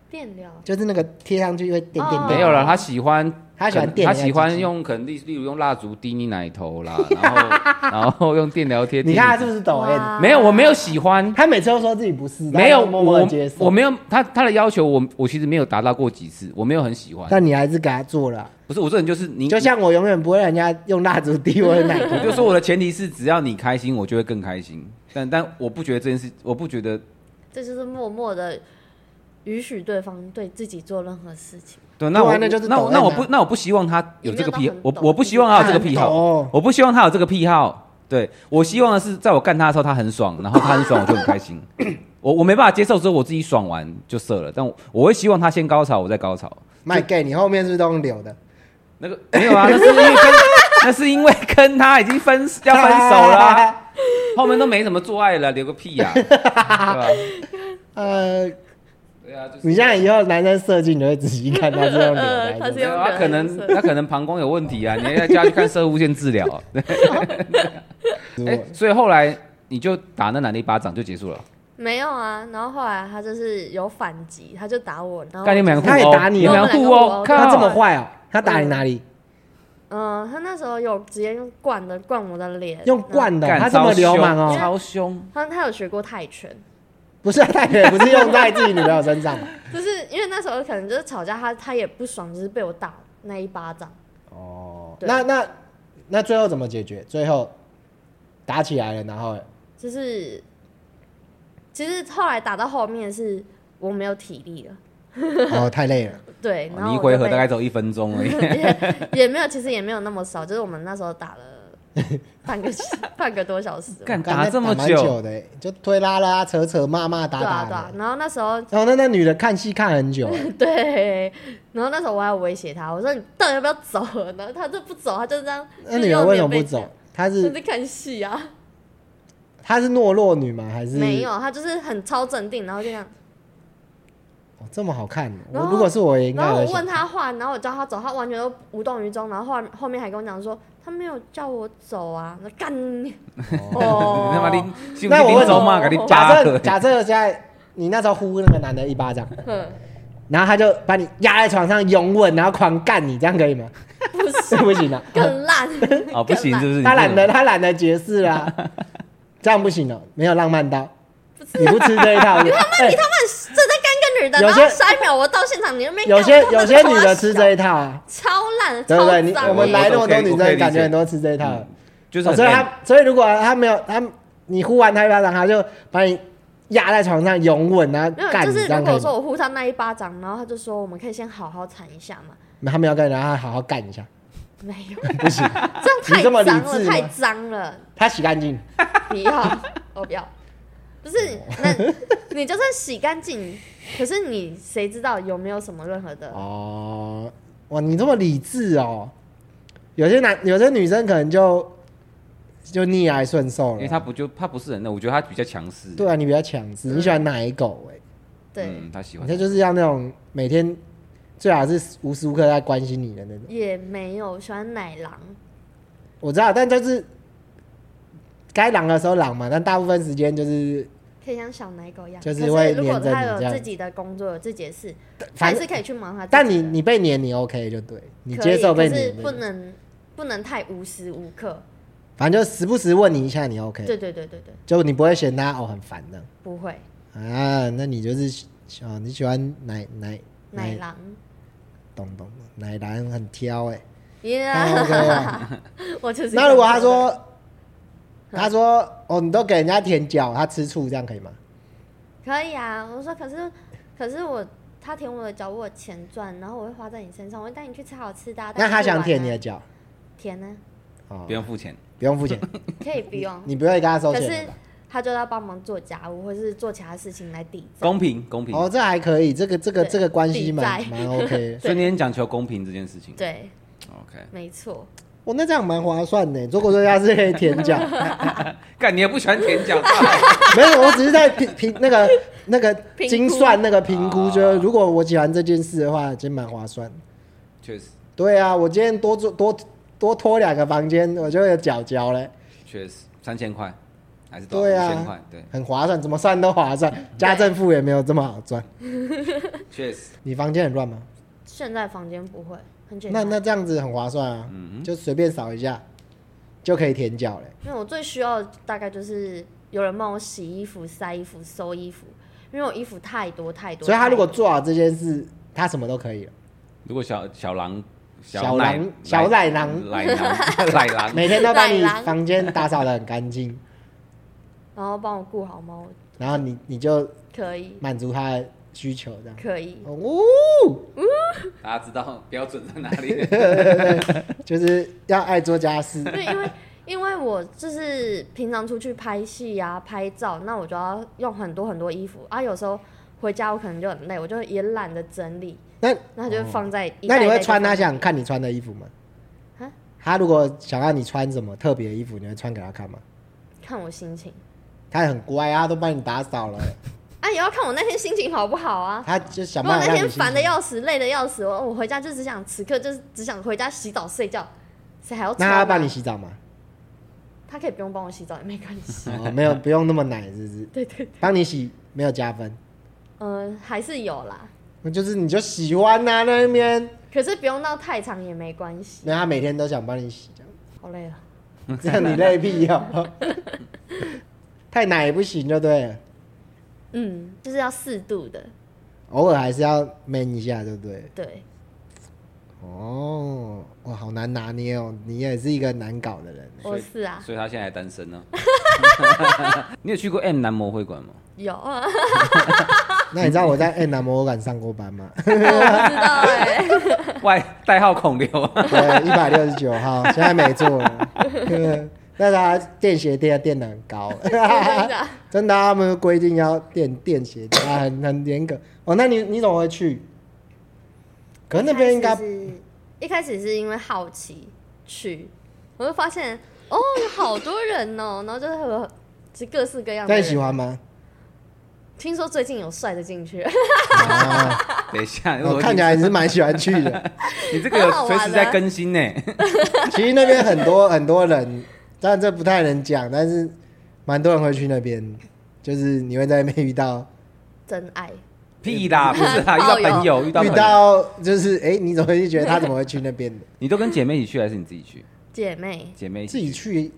S4: 电疗，
S5: 就是那个贴上去会电电
S4: 哦
S5: 电。
S3: 没有了。他喜欢，
S5: 他喜欢
S3: 可能
S5: 电
S3: 他
S5: 啊人家
S3: 喜
S5: 鸡
S3: 欢
S5: 鸡
S3: 用，可能例例如用蜡烛滴你奶头 啦，然后然后用电疗贴。
S5: 你看他是不是抖 M？
S4: 哇
S3: 没有，我没有喜欢，
S5: 他每次都说自己不是，
S3: 没有
S5: 但是默默
S3: 我
S5: 地接受。
S3: 我没有他他的要求我，我其实没有达到过几次，我没有很喜欢。
S5: 但你还是给他做了，
S3: 不是我这人就是你
S5: 就像我永远不会让人家用蜡烛滴我的奶
S3: 我
S5: 头。
S3: 就说我的前提是，只要你开心，我就会更开心。但但我不觉得这件事，我不觉得
S4: 这就是默默的允许对方对自己做任何事情。
S3: 对，那我
S5: 对啊那就是
S3: 那我
S5: 抖 M 啊
S3: 那我不那我不希望他有这个
S4: 你没
S3: 癖
S4: 有到，很
S3: 我
S4: 抖
S3: 我不希望他有这个癖
S5: 很抖哦
S3: 好，我不希望他有这个癖好。对我希望的是，在我干他的时候，他很爽，然后他很爽，我就很开心。我我没办法接受，只有我自己爽完就射了，但我我会希望他先高潮，我再高潮。
S5: 卖 gay，你后面是不是都用流的？
S3: 那个没有啊，那是因为跟那是因为跟他已经分要分手了啊、 后面都没怎么做爱了，留个屁呀、对吧？
S5: 呃，
S3: 对啊，就是
S5: 你现在以后男生射精，你会仔细看 他是用流的
S4: 呃
S5: 还
S4: 他
S5: 是
S4: 是
S5: 什么。
S4: 用
S3: 没有他可能
S4: 对
S3: 他可能膀胱有问题啊，你要叫他去看射物线治疗啊。哎、所以后来你就打那男的一巴掌就结束了。
S4: 没有啊，然后后来他就是有反击，他就打我，然后
S3: 干你们两个互
S5: 哦他
S3: 殴
S5: 也打你
S3: 们两个互
S4: 我
S3: 殴，
S4: 们两个互殴
S3: 靠
S5: 他这么坏哦、他打你哪里？
S4: 嗯、他那时候有直接用灌的灌我的脸，
S5: 用灌的哦、
S3: 干
S5: 他这么
S3: 超凶
S5: 流氓哦、
S3: 超凶。
S4: 然后。他他有学过泰拳，
S5: 不是啊，他也不是用在自己女朋友身上。
S4: 就是因为那时候可能就是吵架，他他也不爽，就是被我打那一巴掌。
S5: 哦，
S4: 对
S5: 那那那最后怎么解决？最后打起来了，然后
S4: 就是其实后来打到后面是我没有体力了，
S5: 哦太累 了，
S4: 对，然后
S3: 你一
S4: 我
S3: 回
S4: 就
S3: 合
S4: 被
S3: 大概走一分钟 而已。
S4: 也没有，其实也没有那么少，就是我们那时候打了半个小半个多小时吧，
S3: 干
S5: 干
S3: 打
S5: 那
S3: 这么
S5: 蛮
S3: 久，
S5: 久的欸，就推拉拉扯扯骂骂打
S4: 对啊对
S5: 打
S4: 啊
S5: 的。。
S4: 然后那时候
S5: 然后那那女的看戏看很久欸，
S4: 对，然后那时候我还有威胁他，我说你到底要不要走？然后他就不走，他就这样。
S5: 那女的为什么不走？？她
S4: 他
S5: 是
S4: 在看戏啊，
S5: 她是懦弱女吗？还是
S4: 没有，他就是很超镇定，然后就这样。
S5: 哦这么好看？我
S4: 然后
S5: 如果是我也应该
S4: 然后
S5: 会
S4: 我
S5: 想
S4: 问他话，然后我叫他走，他完全都无动于衷。然后后来后面还跟我讲说，他没有叫我走啊，那干你哦
S3: 你他妈的，是不
S5: 那
S3: 是
S5: 我
S3: 林
S5: 问
S3: 州骂给你
S5: 假
S3: 扒
S5: 设
S3: 了？
S5: 假设现在你那时候呼那个男的一巴掌，
S4: 哼
S5: 然后他就把你压在床上拥吻，然后狂干你，这样可以吗？不是 不行啊，
S4: 更烂
S3: 哦，不行，是不是？
S5: 他懒得，
S3: 你
S5: 他懒得解释 啦，这样不行哦、没有浪漫到，你不吃这一套。哎你
S4: 那 哎你他妈正在干个女的，
S5: 有
S4: 然
S5: 些
S4: 后下一秒我到现场，你那边
S5: 有
S4: 干
S5: 些
S4: 我
S5: 有
S4: 真
S5: 些
S4: 超
S5: 女的吃
S4: 小
S5: 这一套啊，
S4: 超烂的，
S5: 对不
S4: 超
S5: 对？你
S4: 脏
S5: 我们
S4: 的
S5: 来那
S3: 我
S5: 么多
S3: 我
S5: 女
S3: 可以
S5: 生，
S3: 理
S5: 感觉
S3: 解嗯
S5: 很多吃这一套的。
S3: 就是哎
S5: 哦
S3: 很
S5: 所以
S3: 累
S5: 他所以如果他没有他，你呼完他一巴掌，他就把你压在床上拥吻啊
S4: 没有，，
S5: 干
S4: 就
S5: 你
S4: 是
S5: 这
S4: 如
S5: 样可
S4: 果
S5: 以
S4: 说我呼他那一巴掌，然后他就说我们可以先好好谈一下嘛，
S5: 吗。他没有跟你，然后他好好干一下，
S4: 没有，不行，这
S5: 你这
S4: 样
S5: 么
S4: 太
S5: 理
S4: 脏
S5: 智
S4: 了，
S5: 吗
S4: 太脏了，
S5: 他洗干净。
S4: 不 要，我不要，不是，那你就算洗干净，可是你谁知道有没有什么任何的？
S5: 哦，哇，你这么理智哦。有些男有些女生可能就就逆来顺受了，
S3: 因哎为他不就他不是人类，我觉得他比较强势。
S5: 对啊，你比较强势，你喜欢奶狗哎、
S4: 对，
S3: 嗯，他喜欢
S5: 你这。就是要那种每天最好是无时无刻在关心你的那种。
S4: 也没有喜欢奶狼，
S5: 我知道，但就是该狼的时候狼嘛，但大部分时间就是
S4: 可以像小奶狗一样。
S5: 就是
S4: 可
S5: 会
S4: 如果
S5: 黏着
S4: 他
S5: 你这
S4: 有
S5: 样
S4: 自己的工作、有自己的事，
S5: 反
S4: 还
S5: 正
S4: 是可以去忙他自己的。
S5: 但你你被黏你 OK 就对，你接受
S4: 可
S5: 被
S4: 以，可
S5: 黏
S4: 是
S5: 的，
S4: 不能不能太无时无刻。
S5: 反正就时不时问你一下你 OK，
S4: 对对对对对，
S5: 就你不会嫌他哦很烦的
S4: 不会
S5: 啊。那你就是喜哦你喜欢奶奶
S4: 奶，狼。
S5: 懂懂奶男很挑哎、那 OK
S4: 耶，
S5: 啊。
S4: 我就是。
S5: 那如果他，说，他说哦，你都给人家舔脚，他吃醋，这样可以吗？
S4: 可以啊，我说可是可是我他舔我的脚，我有钱赚，然后我会花在你身上，我会带你去吃好吃的啊、带
S5: 那
S4: 你去玩啊。
S5: 他想舔你的脚，
S4: 舔呢？啊
S5: 哦
S3: 不，用付钱，
S5: 不用付钱，
S4: 可以不用，
S5: 你不会跟他收
S4: 可
S5: 钱
S4: 是
S5: 的吧。
S4: 他就要帮忙做家务或是做其他事情来抵债。
S3: 公平公平。
S5: 哦，这还可以，这个这个
S4: 对
S5: 这个关系蛮
S4: 比在
S5: 蛮 OK 的。
S3: 所以你很讲求公平这件事情。
S4: 对，
S3: ，OK。
S4: 没错，
S5: 哦，那这样蛮划算的。欸如果说他是可以舔 脚，
S3: 干，你也不喜欢舔脚，
S5: 没有，我只是在评评那个那个
S4: 评估
S5: 精算那个评估，
S3: 啊
S5: 就是如果我喜欢这件事的话，其实蛮划算的。
S3: 确实
S5: 对啊，我今天多做多多拖两个房间，我就有脚脚嘞。
S3: 确实，三千块还是多
S5: 对
S3: 少？
S5: 啊，
S3: 五千块，对，
S5: 很划算，怎么算都 划算。家政妇也没有这么好赚。
S3: 确实，
S5: 你房间很乱吗？
S4: 现在房间不会很简
S5: 那
S4: 单。
S5: 那这样子很划算啊，就随便扫一下就可以舔脚嘞。
S4: 因为我最需要的大概就是有人帮我洗衣服、晒衣服、收衣服，因为我衣服太多太多。
S5: 所以他如果
S4: 太多
S5: 做好这件事，他什么都可以 了，
S3: 如果小小狼、
S5: 小
S3: 奶
S5: 狼小奶狼
S3: 奶狼、奶狼，
S5: 每天都把你
S4: 奶狼
S5: 房间打扫的很 干净，
S4: 然后帮我顾好猫，
S5: 然后你你就
S4: 可以
S5: 满足他的需求这样。
S4: 可以，
S5: 哦，
S3: 大家知道标准在哪里？
S5: 就是要爱做家事，
S4: 对，因为因为我就是平常出去拍戏呀、拍照，那我就要用很多很多衣服啊，有时候回家我可能就很累，我就也懒得整理，
S5: 那
S4: 那就放在一
S5: 那
S4: 袋
S5: 你
S4: 一袋
S5: 会
S4: 就
S5: 穿他
S4: 放
S5: 想看你穿的衣服吗
S4: 啊？
S5: 他如果想让你穿什么特别的衣服，你会穿给他看吗？
S4: 看我心情
S5: 他很乖啊，都帮你打扫了，
S4: 啊，也要看我那天心情好不好啊。
S5: 他就想
S4: 如果
S5: 办法
S4: 那
S5: 让你
S4: 天
S5: 心
S4: 烦
S5: 情
S4: 的要死，累的要死，我我回家就只想此刻就是只想回家洗澡睡觉，谁还要
S5: 那
S4: 穿、
S5: 他
S4: 啊？
S5: 要帮你，洗澡吗？
S4: 他可以不用帮我洗澡也没关系。
S5: 哦，没有，不用那么奶，是不是？
S4: 对对，
S5: 帮你洗没有加分，
S4: 嗯、还是有啦，
S5: 那就是你就喜欢呐、那边，
S4: 可是不用到太长也没关系。
S5: 那他每天都想帮你洗，这 样
S4: 好累啊，
S5: 这样你累屁哦，太奶也不行，就对了，
S4: 嗯，就是要适度的，
S5: 偶尔还是要 man 一下，就对了。
S4: 对，
S5: 哦，哇，好难拿捏哦，你也是一个难搞的人。
S4: 我是啊，
S3: 所以他现在还单身呢。你有去过 M 男模会馆吗？
S4: 有 啊，
S5: 那你知道我在 N 南摩馆上过班吗？
S4: 我不知道 哎、
S3: 外代号孔刘啊，
S5: 对，一百六十九号， 现在没做了。 对但是他垫鞋垫垫的很高，
S4: 真的啊
S5: 真的啊、他们规定要垫垫鞋垫，啊很很严格。哦，那你你怎么会去？可是那边应
S4: 一
S5: 该
S4: 开始是一开始是因为好奇去，我就发现哦，有好多人哦，然后就是有就各式各样的
S5: 那
S4: 人。
S5: 你喜 欢吗？
S4: 听说最近有帅的进去，
S5: 啊，
S3: 等一下，
S5: 我看起来你是蛮喜欢去 的。
S3: 你这个有随时在更新呢。
S5: 其实那边很多很多人，但这不太能讲，但是蛮多人会去那边，就是你会在那边遇到
S4: 真爱。
S3: 屁啦，不是啦，遇到
S4: 炮友
S3: 朋友，遇到
S5: 遇
S3: 朋友，
S5: 到就是哎、你怎么会觉得他怎么会去那边的？
S3: 你都跟姐妹一起去还是你自己去？
S4: 姐妹
S3: 姐妹一起
S5: 自己去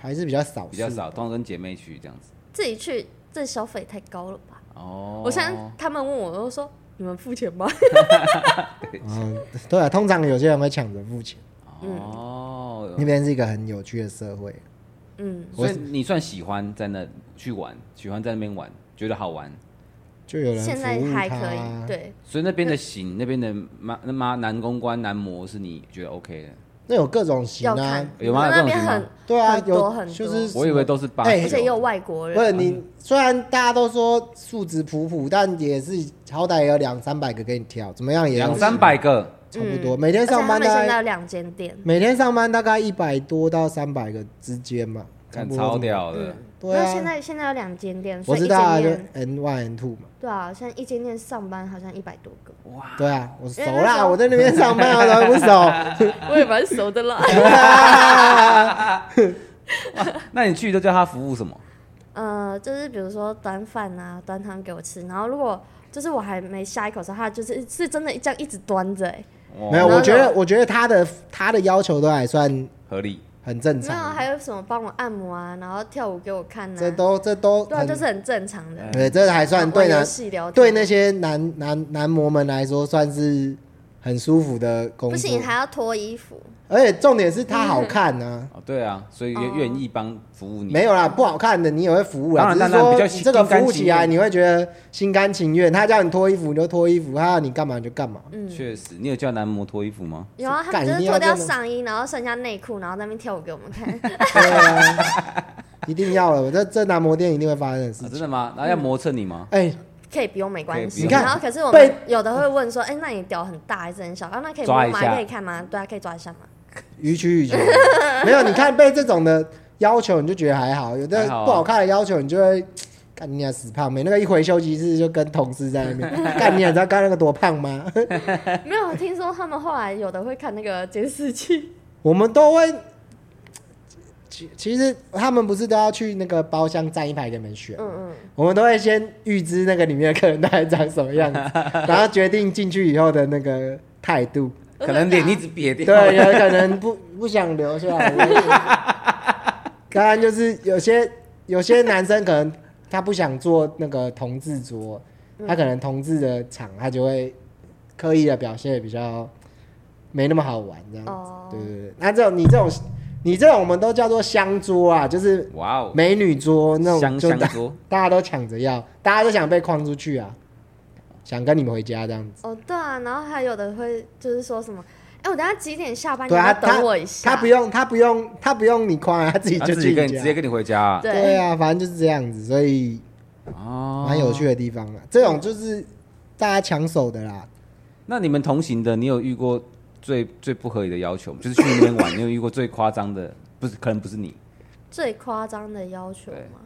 S5: 还是比较少，
S3: 比较少，。通常跟姐妹去这样子。
S4: 自己去，这消费太高了吧？
S3: 哦，
S4: 我现在他们问我，我就说你们付钱吗？
S5: 嗯，对啊，通常有些人会抢着付钱。
S3: 哦
S5: 那，边是一个很有趣的社会，
S4: 嗯，
S3: 所以你算喜欢在那去玩，喜欢在那边玩，觉得好玩。
S5: 就有人
S4: 现在
S5: 服务
S4: 还
S5: 他啊
S4: 可以，，对，
S3: 所以那边的型，那边的妈那妈男公关、男模是你觉得 OK 的，
S5: 那有各种型
S4: 要
S5: 啊
S4: 看，
S3: 有吗有这
S4: 那
S3: 种
S4: 边
S3: 情况
S4: 很
S5: 对啊，
S4: 很多
S5: 有
S4: 很多，
S5: 就是
S3: 我以为都是八
S5: 哎
S4: 而且也有外国
S5: 不
S4: 人，
S5: 是你，虽然大家都说素质普普，但也是好歹也有两三百个给你挑，怎么样也有
S3: 两三百个，
S5: 差不多，
S4: 嗯
S5: 每天
S4: 而且
S5: 上
S4: 他
S5: 班
S4: 们现在
S5: 大
S4: 有
S5: 概啊
S4: 两间店，
S5: 每天上班大概一百多到三百个之间嘛，差
S3: 看
S5: 不多
S3: 超屌的
S4: 嗯，
S5: 对
S4: 那现
S5: 啊，
S4: 在现在有两间店，所
S5: 我
S4: 以一
S5: 知道啊，
S4: 间
S5: 就
S4: 店
S5: N Y N two 嘛。
S4: 对啊，现在一间店上班好像一百多个，
S5: 对啊，我熟
S4: 因为那时
S5: 啦，
S4: 候
S5: 我在那边上班，我怎么不熟？
S4: 我也蛮熟的啦。
S3: 那你去都叫他服务什么？
S4: 呃，就是比如说端饭啊，端汤给我吃，然后如果就是我还没下一口的时候，他就是是真的这样一直端着、欸，
S3: 哦
S5: 没有，我
S4: 那
S5: 觉得
S4: 种
S5: 我觉得他的他的要求都还算
S3: 合理，
S5: 很正
S4: 没有啊
S5: 常，
S4: 还有什么帮我按摩啊，然后跳舞给我看啊，
S5: 这都这都
S4: 对啊，
S5: 很
S4: 就是很正常
S3: 嗯
S4: 的。
S5: 对，这还算对
S4: 玩游
S5: 男
S4: 戏聊天
S5: 对那些男男男模们来说算是很舒服的工作。
S4: 不行还要脱衣服，
S5: 而且重点是他好看啊，
S3: 哦，对啊，所以
S4: 哦
S3: 愿愿意帮服务你。
S5: 没有啦，不好看的你也会服务啦，
S3: 嗯当然
S5: 只是
S3: 当然比
S5: 说
S3: 较
S5: 你这个
S3: 心甘
S5: 服务
S3: 情
S5: 起来
S3: 愿
S5: 你会觉得心甘情愿。他叫你脱衣服你就脱衣服，他要你干嘛你就干 嘛。
S3: 确实，你有叫男模脱衣服吗？
S4: 有啊，他
S5: 干
S4: 们就
S5: 一定
S4: 是
S5: 要
S4: 脱掉
S5: 这样吗
S4: 上衣，然后剩下内裤，然后在那边跳舞给我们看。
S5: 对啊，一定要的，我这这男模店一定会发生的事
S3: 啊，
S5: 情。
S3: 真的吗？然后要磨蹭你吗？
S5: 哎，
S4: 可以不用没关系。
S3: 可以不
S5: 用
S4: 然后可是我
S5: 被
S4: 们有的会问说，哎、那你屌很大还是很小？啊，那可以摸
S3: 抓一
S4: 吗？
S3: 下
S4: 可以看吗？对啊，可以抓一下吗？
S5: 予取予求， 没有你看被这种的要求你就觉得还好，有的
S3: 还好啊
S5: 不好看的要求你就会。干你俩死胖妹，那个一回休息室就跟同事在那边 干你俩，知道刚刚那个多胖吗？
S4: 没有，听说他们后来有的会看那个监视器。
S5: 我们都会，其其实他们不是都要去那个包厢站一排给你们选，
S4: 嗯
S5: 我们都会先预知那个里面的客人大概长什么 样子，然后决定进去以后的那个态度。
S3: 可能脸一直瘪掉。
S5: 对，啊有可能不不想 留下来。当然，就是有些有些男生可能他不想做那个同志桌，他可能同志的场他就会刻意的表现得比较没那么好玩这样子。
S4: 哦
S5: 对对对，那这种你这种你这种我们都叫做香桌啊，就是
S3: 哇哦，
S5: 美女桌那种，
S3: 香
S5: 就
S3: 香
S5: 大
S3: 桌，
S5: 大家都抢着要，大家都想被框出去啊，想跟你们回家这样子。
S4: 嗯，哦，对啊，然后还有的会就是说什么，哎、我等下几点下班？你
S5: 对
S4: 要不
S5: 啊，
S4: 要等我一
S5: 他
S4: 下。
S5: 他不用，他不用，他不用你夸、啊， 他自己
S3: 他
S5: 就
S3: 自己
S5: 去
S3: 跟
S5: 你
S3: 你
S5: 家。
S3: 直接跟你回家啊。
S5: 对
S4: 对，
S5: 啊，反正就是这样子，所以
S3: 哦，
S5: 蛮有趣。的地方啊。这种就是大家抢手的啦。
S3: 那你们同行的，你有遇过最最不合理的要求吗？就是去那边玩，你有遇过最夸张的？不是，可能不是你，
S4: 最夸张的要求
S3: 对
S4: 吗？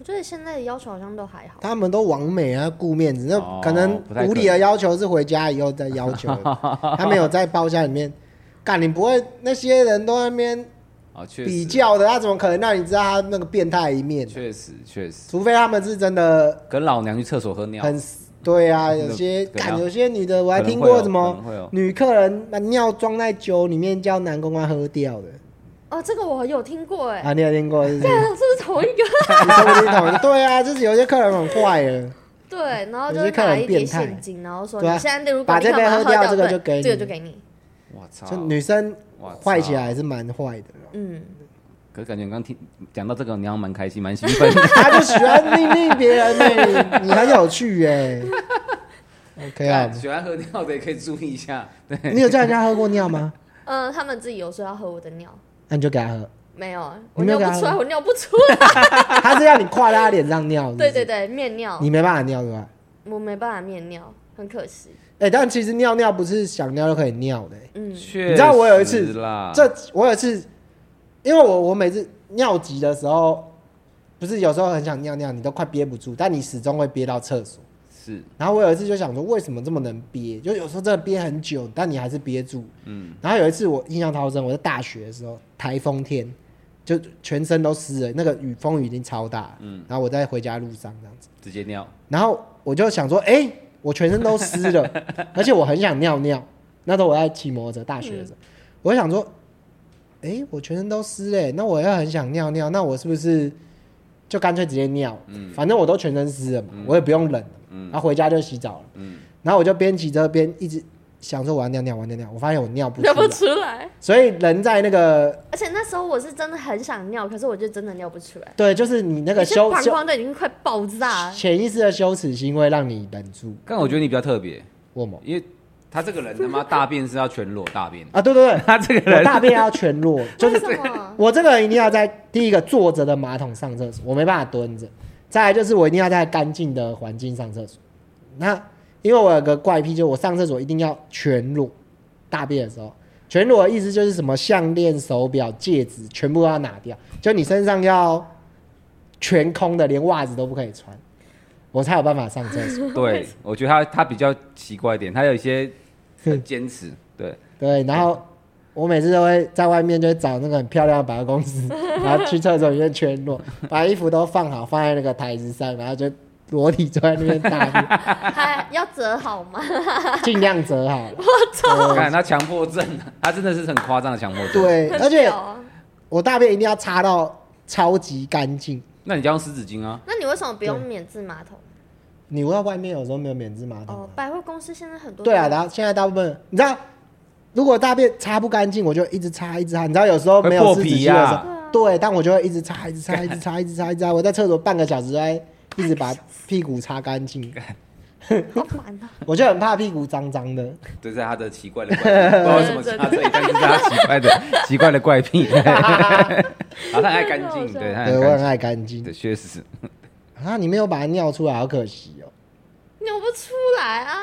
S4: 我觉得现在的要求好像都还好。
S5: 他们都完美啊，顾面子，那
S3: 哦
S5: 可能
S3: 不太可
S5: 无理的要求是回家以后再要求， 他没有在包厢里面。干，你不会那些人都在那边
S3: 啊，确实
S5: 比，较的，他怎么可能让你知道他那个变态一面？
S3: 确实，确实，
S5: 除非他们是真的
S3: 跟老娘去厕所喝尿，
S5: 很对啊，有些
S3: 对啊
S5: 干有些女的，我还
S3: 可能
S5: 听
S3: 会
S5: 过
S3: 哦
S5: 什
S3: 可
S5: 么
S3: 能会哦
S5: 女客人把尿装在酒里面叫男公关喝掉的
S4: 哦，这个我有听过，哎、
S5: 啊，你有听 过是不是？
S4: 是不是同一个？
S5: 你说不定懂的对啊，就是有些客人很坏啊的，
S4: 对，然后
S5: 有
S4: 就
S5: 些
S4: 是
S5: 客人
S4: 拿一叠
S5: 变态
S4: 现金，然后说
S5: 对啊
S4: 你现在如
S5: 把
S4: 果你
S5: 这
S4: 干
S5: 杯
S4: 嘛
S5: 喝
S4: 喝
S5: 掉
S4: 掉，
S5: 这个
S4: 对
S5: 就给
S4: 这个
S5: 你
S4: 就给你。
S3: 我操，
S5: 就女生
S3: 哇操
S5: 坏起来还是蛮坏的。
S4: 嗯，
S3: 可是感觉你刚听讲到这个，你好像蛮开心，蛮兴奋 的。
S5: 她就喜欢命令别 人呢，你很有趣耶。OK 啊，
S3: 喜欢喝尿的也可以注意一下。 对，
S5: 你有叫人家喝过尿吗？
S4: 嗯，他们自己有说要喝我的尿，
S5: 那你就给他喝，
S4: 没有啊，
S5: 你
S4: 我
S5: 没
S4: 尿
S5: 有给
S4: 不
S5: 他
S4: 出来，
S5: 喝
S4: 我尿不出来。
S5: 他是要你跨在他脸上尿。是不是
S4: 对对，对，面尿，
S5: 你没办法尿对吧？
S4: 我没办法面尿，很可惜。
S5: 哎，但其实尿尿不是想尿就可以尿的耶。
S4: 嗯，
S3: 确
S5: 你知道我有一次
S3: 实啦，
S5: 这我有一次，因为我我每次尿急的时候，不是有时候很想尿尿，你都快憋不住，但你始终会憋到厕所。
S3: 是
S5: 然后我有一次就想说，为什么这么能憋？就有时候真的憋很久，但你还是憋住。
S3: 嗯，
S5: 然后有一次我印象超深，我在大学的时候，台风天，就全身都湿了，那个雨风雨已经超大了。嗯，然后我在回家路上这样子，
S3: 直接尿，
S5: 然后我就想说，哎、我全身都湿了， 而且我很想尿尿。那时候我在骑摩托车，大学的时
S4: 嗯
S5: 候，我想说，哎、我全身都湿嘞、那我要很想尿尿，那我是不是就干脆直接尿？
S4: 嗯
S5: 反正我都全身湿了嘛，我也不用冷了嘛然后回家就洗澡了。
S3: 嗯
S5: 然后我就边骑车边一直想说我要尿尿，我要尿尿，我发现我尿不出
S4: 尿不
S5: 来，
S4: 出来，
S5: 所以人在那个
S4: 而且那时候我是真的很想尿，可是我就真的尿不出来，
S5: 对，就是你那个
S4: 而且
S5: 羞
S4: 膀
S5: 羞
S4: 胱都已经快爆炸了。
S5: 潜意识的羞耻心会让你忍住，
S3: 但我觉得你比较特别，
S5: 我吗？
S3: 因为他这个人他妈大便是要全裸大便，
S5: 啊，对对 对，
S3: 他这个
S5: 我
S3: 人
S5: 大便要全裸， 就是
S4: 为什么？
S5: 我这个人一定要在第一个坐着的马桶上厕所，我没办法蹲着。再来就是我一定要在干净的环境上厕所。那因为我有个怪癖，就是我上厕所一定要全裸，大便的时候，全裸的意思就是什么项链、手表、戒指全部都要拿掉，就你身上要全空的，连袜子都不可以穿，我才有办法上厕所。
S3: 对，我觉得他他比较奇怪一点，他有一 些很坚持，对，
S5: 对，然后我每次都会在外面就会找那个很漂亮的百货公司， 然后去厕所里面全裸，把衣服都放好，放在那个台子上，然后就裸体坐在那边 大
S4: 还要折好 吗？
S5: 便，尽量折好 了。
S3: 看他强迫症，啊 他真的是很夸张的强迫症。，
S5: 哦对，而
S4: 很
S5: 且
S4: 屌啊
S5: 我大便一定要擦到超级干净。
S3: 那你就用湿纸巾啊，
S4: 那你为什么不用免治马桶？
S5: 你知道外面有时候没有免治马桶
S4: 哦
S5: 吗，？
S4: 百货公司现在很多
S5: 对啊，然后现在大部分你知道，如果大便擦不干净，我就一直擦一直擦。你知道有时候没有
S3: 会
S5: 湿
S3: 破
S5: 纸
S3: 皮啊
S5: 巾的时候
S3: 呀，
S5: 对，但我就会一直擦一直擦一直擦一直擦一直擦。我在厕所半个小时都在一直把屁股擦干净，
S4: 好烦啊！
S5: 我就很怕屁股脏脏的。
S3: 这是他的奇怪的 怪癖，不知道为什么他这一但是他奇怪的奇怪的怪癖。 好，他很爱干净，对，他
S5: 对，
S3: 很
S5: 我很
S3: 干
S5: 爱干
S3: 净，
S5: 净
S3: 对，确实。
S5: 啊！你没有把它尿出来，好可惜哦。
S4: 扭不出来啊！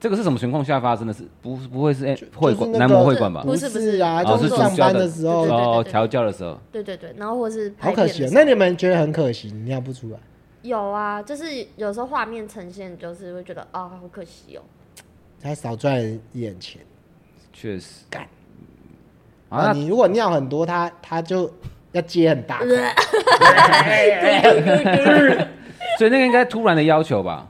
S3: 这个是什么情况下发生的是？不不会是哎会
S5: 就是
S3: 馆
S5: 那
S3: 男
S5: 个
S3: 模会馆吧？
S5: 不
S4: 不是不
S5: 是
S4: 是
S5: 啊，
S3: 哦
S5: 就是
S3: 暑
S5: 上
S3: 假
S5: 班的时候
S4: 对对，
S3: 哦，调教的时候，
S4: 对对对，然后或是
S5: 好
S4: 拍
S5: 可
S4: 片
S5: 惜
S4: 的
S5: 哦。
S4: 时
S5: 那
S4: 候
S5: 你们觉得很可惜，你尿不出来？
S4: 有啊，就是有时候画面呈现，就是会觉得啊、好可惜哦。
S5: 才少赚了一点钱。
S3: 确实。
S5: 干啊，
S3: 啊，
S5: 你如果尿很多，他他就要接很大口。
S3: 那所以那个应该突然的要求吧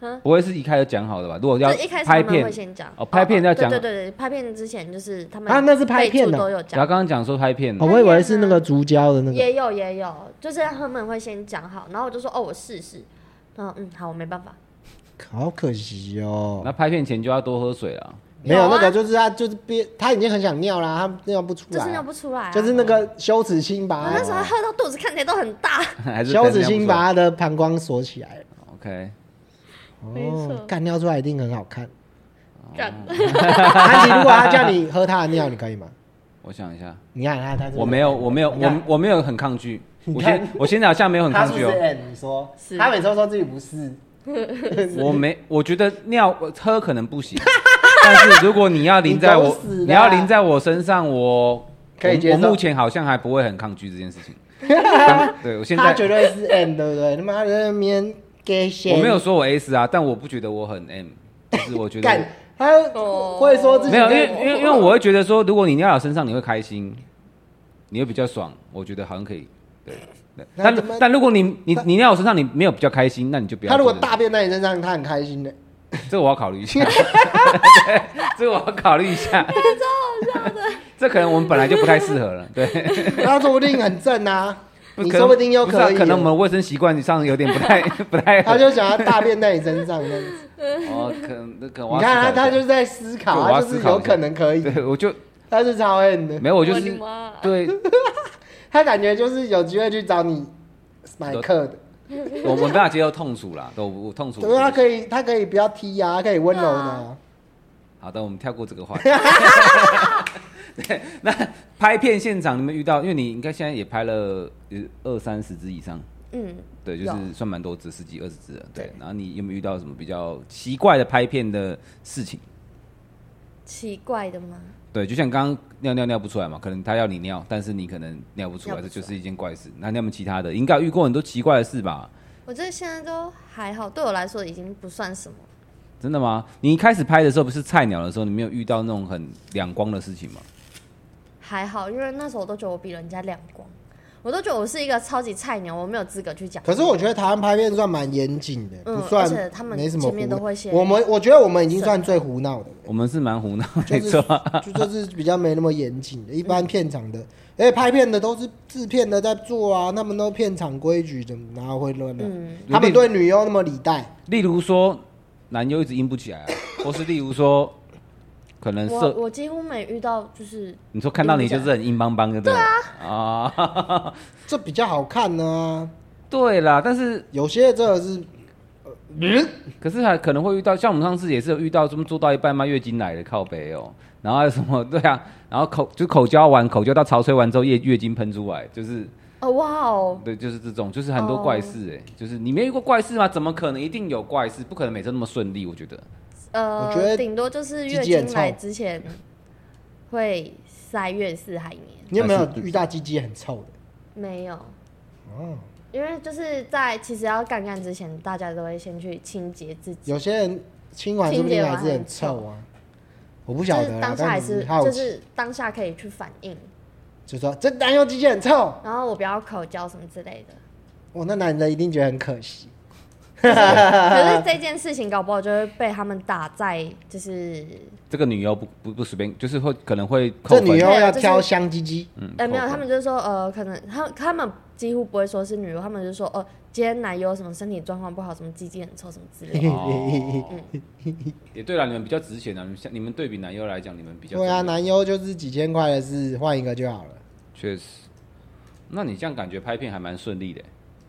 S4: 嗯？
S3: 不会是一开始讲好的吧？如果要
S4: 就一开始他
S3: 拍
S4: 们
S3: 片
S4: 会，先讲
S3: 哦拍片要讲
S4: 对对对，对拍片之前就是他们
S5: 啊那是拍片
S4: 备
S5: 的
S4: 注都有
S3: 然后
S4: 讲，
S3: 刚刚讲说拍片，
S5: 哦，我以为是那个竹胶的那个。
S4: 也有也有，就是他们会先讲好，然后我就说哦我试试，然后嗯好我没办法，
S5: 好可惜哦
S3: 那，拍片前就要多喝水了。
S5: 没有
S4: 有啊
S5: 那个就是他就是憋，他已经很想尿啦，他尿不出
S4: 就
S5: 来
S4: 是尿
S5: 啊，
S4: 不出来、啊，
S5: 就是那哦个羞耻心
S4: 我
S5: 把
S4: 那时候
S5: 他
S4: 喝到肚子看起来都很大，
S3: 还是
S5: 羞
S3: 等
S5: 耻
S3: 一下不
S5: 心
S3: 错
S5: 把他的膀胱锁起来了。
S3: OK，
S4: 没错
S5: 哦，干尿出来一定很好看。 哦
S4: 干
S5: 安迪，如果他叫你喝他的尿，你可以吗？
S3: 我想一下，
S5: 你看他，他是
S3: 我没有，我没有，
S5: 你看
S3: 我我没有很抗 拒。我
S5: 看
S3: 现我现在好像没有很抗
S5: 他是不
S3: 拒
S5: 是
S3: 哦，
S5: N？你说
S4: 是
S5: 他每次都说自己不是，
S3: 我没，我觉得尿喝可能不行， 但是如果你要淋在
S5: 你
S3: 我
S5: 狗，死啦啊
S3: 你要淋在我身上，我
S5: 可
S3: 我
S5: 以接受
S3: 我目前好像还不会很抗拒这件事 情。当对我现
S5: 他
S3: 在
S5: 绝对是 N，对不对？他妈的，面给
S3: 我没有说我 S 啊，但我不觉得我很 M，就是我觉得
S5: 干，他
S4: 哦
S5: 会说 自己
S3: 没有，因为
S5: 跟
S3: 因为因为我会觉得说，如果你尿到身上，你会开心，你会比较爽，我觉得好像可以。对，对
S5: 那怎么
S3: 但但如果你你你尿我身上，你没有比较开心，那你就不要
S5: 他
S3: 做
S5: 如
S3: 这个。
S5: 果大便在你身上，他很开心的。
S3: 这个我要考虑一下，这个我要考虑一 下。超好笑的，这可能我们本来就不太适合了，对。
S5: 他说不定很 正啊，你
S3: 可能
S5: 说不定又
S3: 是啊
S5: 可以了，
S3: 可能我们卫生习惯上有点不 太不太合。
S5: 他就想要大便在你身上这样子。
S3: 哦，可能可 能我
S5: 你
S3: 要思考一下
S5: 看他，啊他就是在思
S3: 对
S5: 考，
S3: 我要
S5: 他就
S3: 思
S5: 是
S3: 考一下
S5: 有可能可以，
S3: 对，我就
S5: 他是超 N 的，
S3: 没有，我就
S4: 我的
S3: 是
S4: 妈！
S3: 对
S5: 他感觉就是有机会去找你买课的，
S3: 我我没办法接受痛楚啦，都我痛楚。
S5: 对，他可以，他可以不要踢呀，他可以温柔的啊。
S3: 好的，我们跳过这个话题。 对，那拍片现场你们遇到，因为你应该现在也拍了呃二三十支以上，
S4: 嗯，
S3: 对，就是
S4: 有
S3: 算蛮多支，十几二十支了。对
S5: 对，
S3: 然后你有没有遇到什么比较奇怪的拍片的事情？
S4: 奇怪的吗？
S3: 对，就像刚刚尿尿尿不出来嘛，可能他要你尿，但是你可能尿不出来，
S4: 尿
S3: 这
S4: 不出
S3: 就
S4: 来
S3: 是一件怪事。那你有没有其他的？应该有遇过很多奇怪的事吧？
S4: 我觉得现在都还好，对我来说已经不算什么。
S3: 真的吗？你一开始拍的时候不是菜鸟的时候，你没有遇到那种很两光的事情吗？
S4: 还好，因为那时候我都觉得我比人家亮光，我都觉得我是一个超级菜鸟，我没有资格去讲。
S5: 可是我觉得台湾拍片算蛮严谨的，
S4: 嗯
S5: 不算
S4: 而且他们
S5: 没什么
S4: 前面都
S5: 胡
S4: 会先
S5: 我们我觉得我们已经算最胡闹的了。
S3: 我们是蛮胡闹，
S5: 就
S3: 没
S5: 是
S3: 错。啊
S5: 就就是比较没那么严谨的，一般片场的，而且拍片的都是制片的在做啊，他们都片场规矩的，然后会乱的。
S4: 嗯
S5: 他们对女优那么礼待，
S3: 例如说，男优一直硬不 起来、啊，或是例如说，可能
S4: 我
S3: 色，
S4: 我几乎没遇到，就是
S3: 你说看到你就是很硬邦邦的，对啊， 啊，
S5: 这比较好看呢、
S3: 对啦，但是
S5: 有些真的是，
S3: 可是还可能会遇到，像我们上次也是有遇到，什么做到一半妈月经来了，靠北哦，然后还有什么对 啊，然后口就口交完，口交到潮吹完之后月月经喷出来，就是
S4: 哦哇哦，
S3: 对，就是这种，就是很多怪事哎、就是你没遇过怪事吗？怎么可能？一定有怪事，不可能每次都那么顺利，我觉得。
S5: 我觉得
S4: 呃，顶多就是月
S5: 鸡鸡很
S4: 经
S5: 臭
S4: 来之前会塞月事海绵，
S5: 你有没有
S3: 还是
S5: 遇到鸡鸡很臭的？
S4: 没有，
S5: 哦，
S4: 因为就是在其实要干干之前，大家都会先去清洁自己，
S5: 有些人清完说不定还是很臭啊，我不晓
S4: 就
S5: 得
S4: 是
S5: 啦
S4: 当，下
S5: 但
S4: 还是
S5: 好
S4: 就
S5: 奇，
S4: 是当下可以去反应，
S5: 就说这男油机器很臭，
S4: 然后我不要口交什么之类的。
S5: 哇，那男的一定觉得很可惜，
S3: 呃
S4: 可是这件事情搞不好就会被他们打在就是
S3: 这个女优不不不随便，就是会可能会扣
S5: 这
S3: 分。
S5: 女优
S4: 对啊
S5: 要
S4: 就是
S5: 挑香鸡鸡，
S3: 嗯，
S4: 哎、没有，
S3: 扣分
S4: 他们就是说，呃，可能他他们几乎不会说是女优，他们就说，哦、今天奶油什么身体状况不好，什么鸡鸡很臭，什么之类的。
S3: 哦也对了，你们比较值钱啊！你们像你们对比男优来讲，你们比较
S5: 对啊，
S3: 值钱
S5: 男优就是几千块的事，换一个就好了。
S3: 确实。那你这样感觉拍片还蛮顺利的，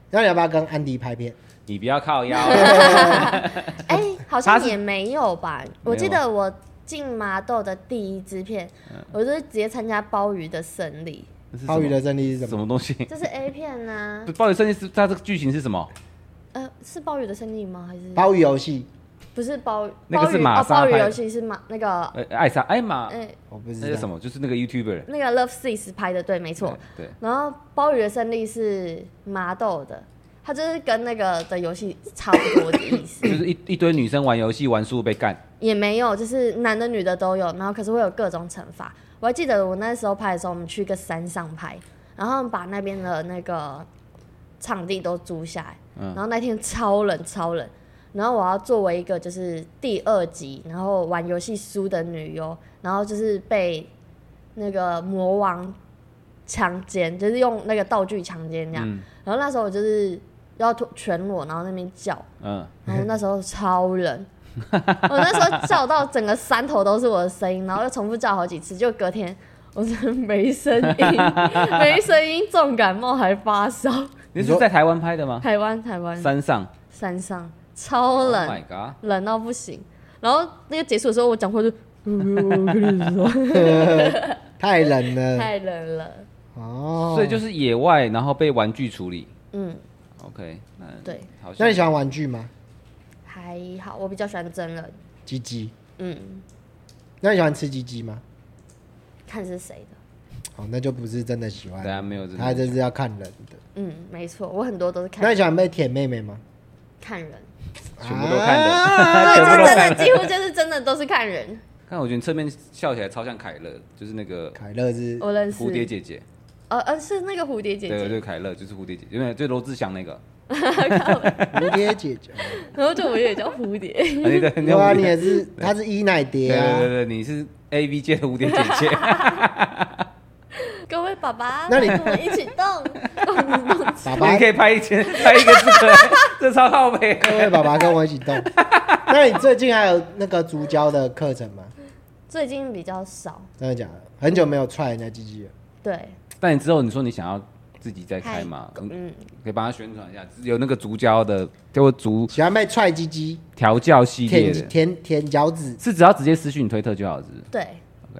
S5: 那你要不要跟安迪拍片？
S3: 你不要靠腰，啊
S4: 哎、
S3: 他
S4: 好像
S3: 是
S4: 也没有吧？我记得我进麻豆的第一支片，我就是直接参加鲍鱼的胜利，
S3: 那是什么
S5: 鲍鱼的胜利是什
S3: 什
S5: 么？
S3: 么东西？
S4: 这是 A 片呢、
S3: 不鲍鱼胜利是它这个剧情是什么？
S4: 呃，是鲍鱼的胜利吗？还是
S5: 鲍鱼游戏，
S4: 不是鲍
S3: 那个
S4: 鲍
S3: 是
S4: 鱼？
S3: 玛
S4: 哦，
S3: 莎
S4: 鲍鱼
S3: 拍的
S4: 游戏是马那个，
S3: 呃，艾莎艾玛，
S4: 呃，
S5: 我不知
S3: 那
S5: 道
S3: 是什么？就是那个 YouTuber。
S4: 那个 Love Six 拍的，对，没错。
S3: 对，
S4: 然后鲍鱼的胜利是麻豆的，它就是跟那个的游戏差不多的意思
S3: 对，就是一一堆女生玩游戏玩输被干，
S4: 也没有，就是男的女的都有，然后可是会有各种惩罚。我还记得我那时候拍的时候，我们去一个山上拍，然后把那边的那个场地都租下来，
S3: 嗯
S4: 然后那天超冷超冷，然后我要作为一个就是第二集，然后玩游戏输的女优，然后就是被那个魔王强奸，就是用那个道具强奸这样。
S3: 嗯
S4: 然后那时候我就是要脱全裸，然后那边叫，
S3: 嗯，
S4: 然后那时候超 冷，我那时候叫到整个山头都是我的声音，然后又重复叫好几次，就隔天我真的没 声音，没声音，重感冒还发烧。
S3: 你
S5: 你
S3: 是
S5: 说
S3: 在台湾拍的吗？
S4: 台湾台湾
S3: 山上
S4: 山上超
S3: ，Oh
S4: 冷
S3: my god！
S4: 冷到不行。然后那个结束的时候，我讲话就
S3: 嗯
S5: 太冷了
S4: 太冷了，
S5: 哦。
S3: 所以就是野外，然后被玩具处理。
S4: 嗯，
S3: OK，那
S4: 对，
S3: 好像
S5: 那你喜欢玩具吗？
S4: 还好，我比较喜欢真人，
S5: 鸡鸡？
S4: 嗯，
S5: 那你喜欢吃鸡鸡吗？
S4: 看是谁的，
S5: 哦，那就不是真的喜欢
S3: 大，家没有这
S5: 他
S3: 个
S5: 这是要看人的。
S4: 嗯，没错，我很多都是
S5: 那
S4: 看
S5: 你喜欢被舔妹妹吗？
S4: 看人，
S3: 全部都看人。
S5: 啊
S4: 对，
S3: 全部
S4: 这
S3: 都
S4: 真
S3: 看
S4: 的几乎就是真的都是看人，
S3: 看，我觉得你侧面笑起来超像凯乐，就是那个
S5: 凯乐是
S4: 我认识
S3: 蝴蝶姐姐。
S4: 呃呃，是那个蝴蝶姐
S3: 对
S4: 姐，
S3: 对，凯乐就是蝴蝶姐姐，因为就罗志祥那个。
S5: 蝴蝶 姐姐，
S4: 然后就我也叫蝴蝶，
S3: 啊你对，你
S5: 对
S3: 有
S5: 啊，
S3: 蝴
S5: 你
S3: 蝶
S5: 也是，她是伊奶
S3: 对
S5: 蝶
S3: 对对
S5: 啊。
S3: 对，你是 A V 界的蝴蝶姐 姐。
S4: 各位爸爸，
S5: 那你
S4: 跟我们一起 动，动动动
S5: 爸
S3: 我们
S5: 爸
S3: 可，以拍一千，拍一个这个， 这超靠背。
S5: 各位爸爸跟我一起 动。那你最近还有那个足交的课程吗？
S4: 最近比较少，
S5: 真的假的？很久没有踹人家鸡鸡了。
S4: 对，
S3: 但你之后你说你想要自己再开嘛？嗯
S4: 嗯，
S3: 可以帮他宣传一下，有那个足胶的，就足
S5: 喜欢被踹鸡鸡、
S3: 调教系列
S5: 舔
S3: 的，
S5: 舔舔脚趾，
S3: 是只要直接私讯推特就好，是不是
S4: 对，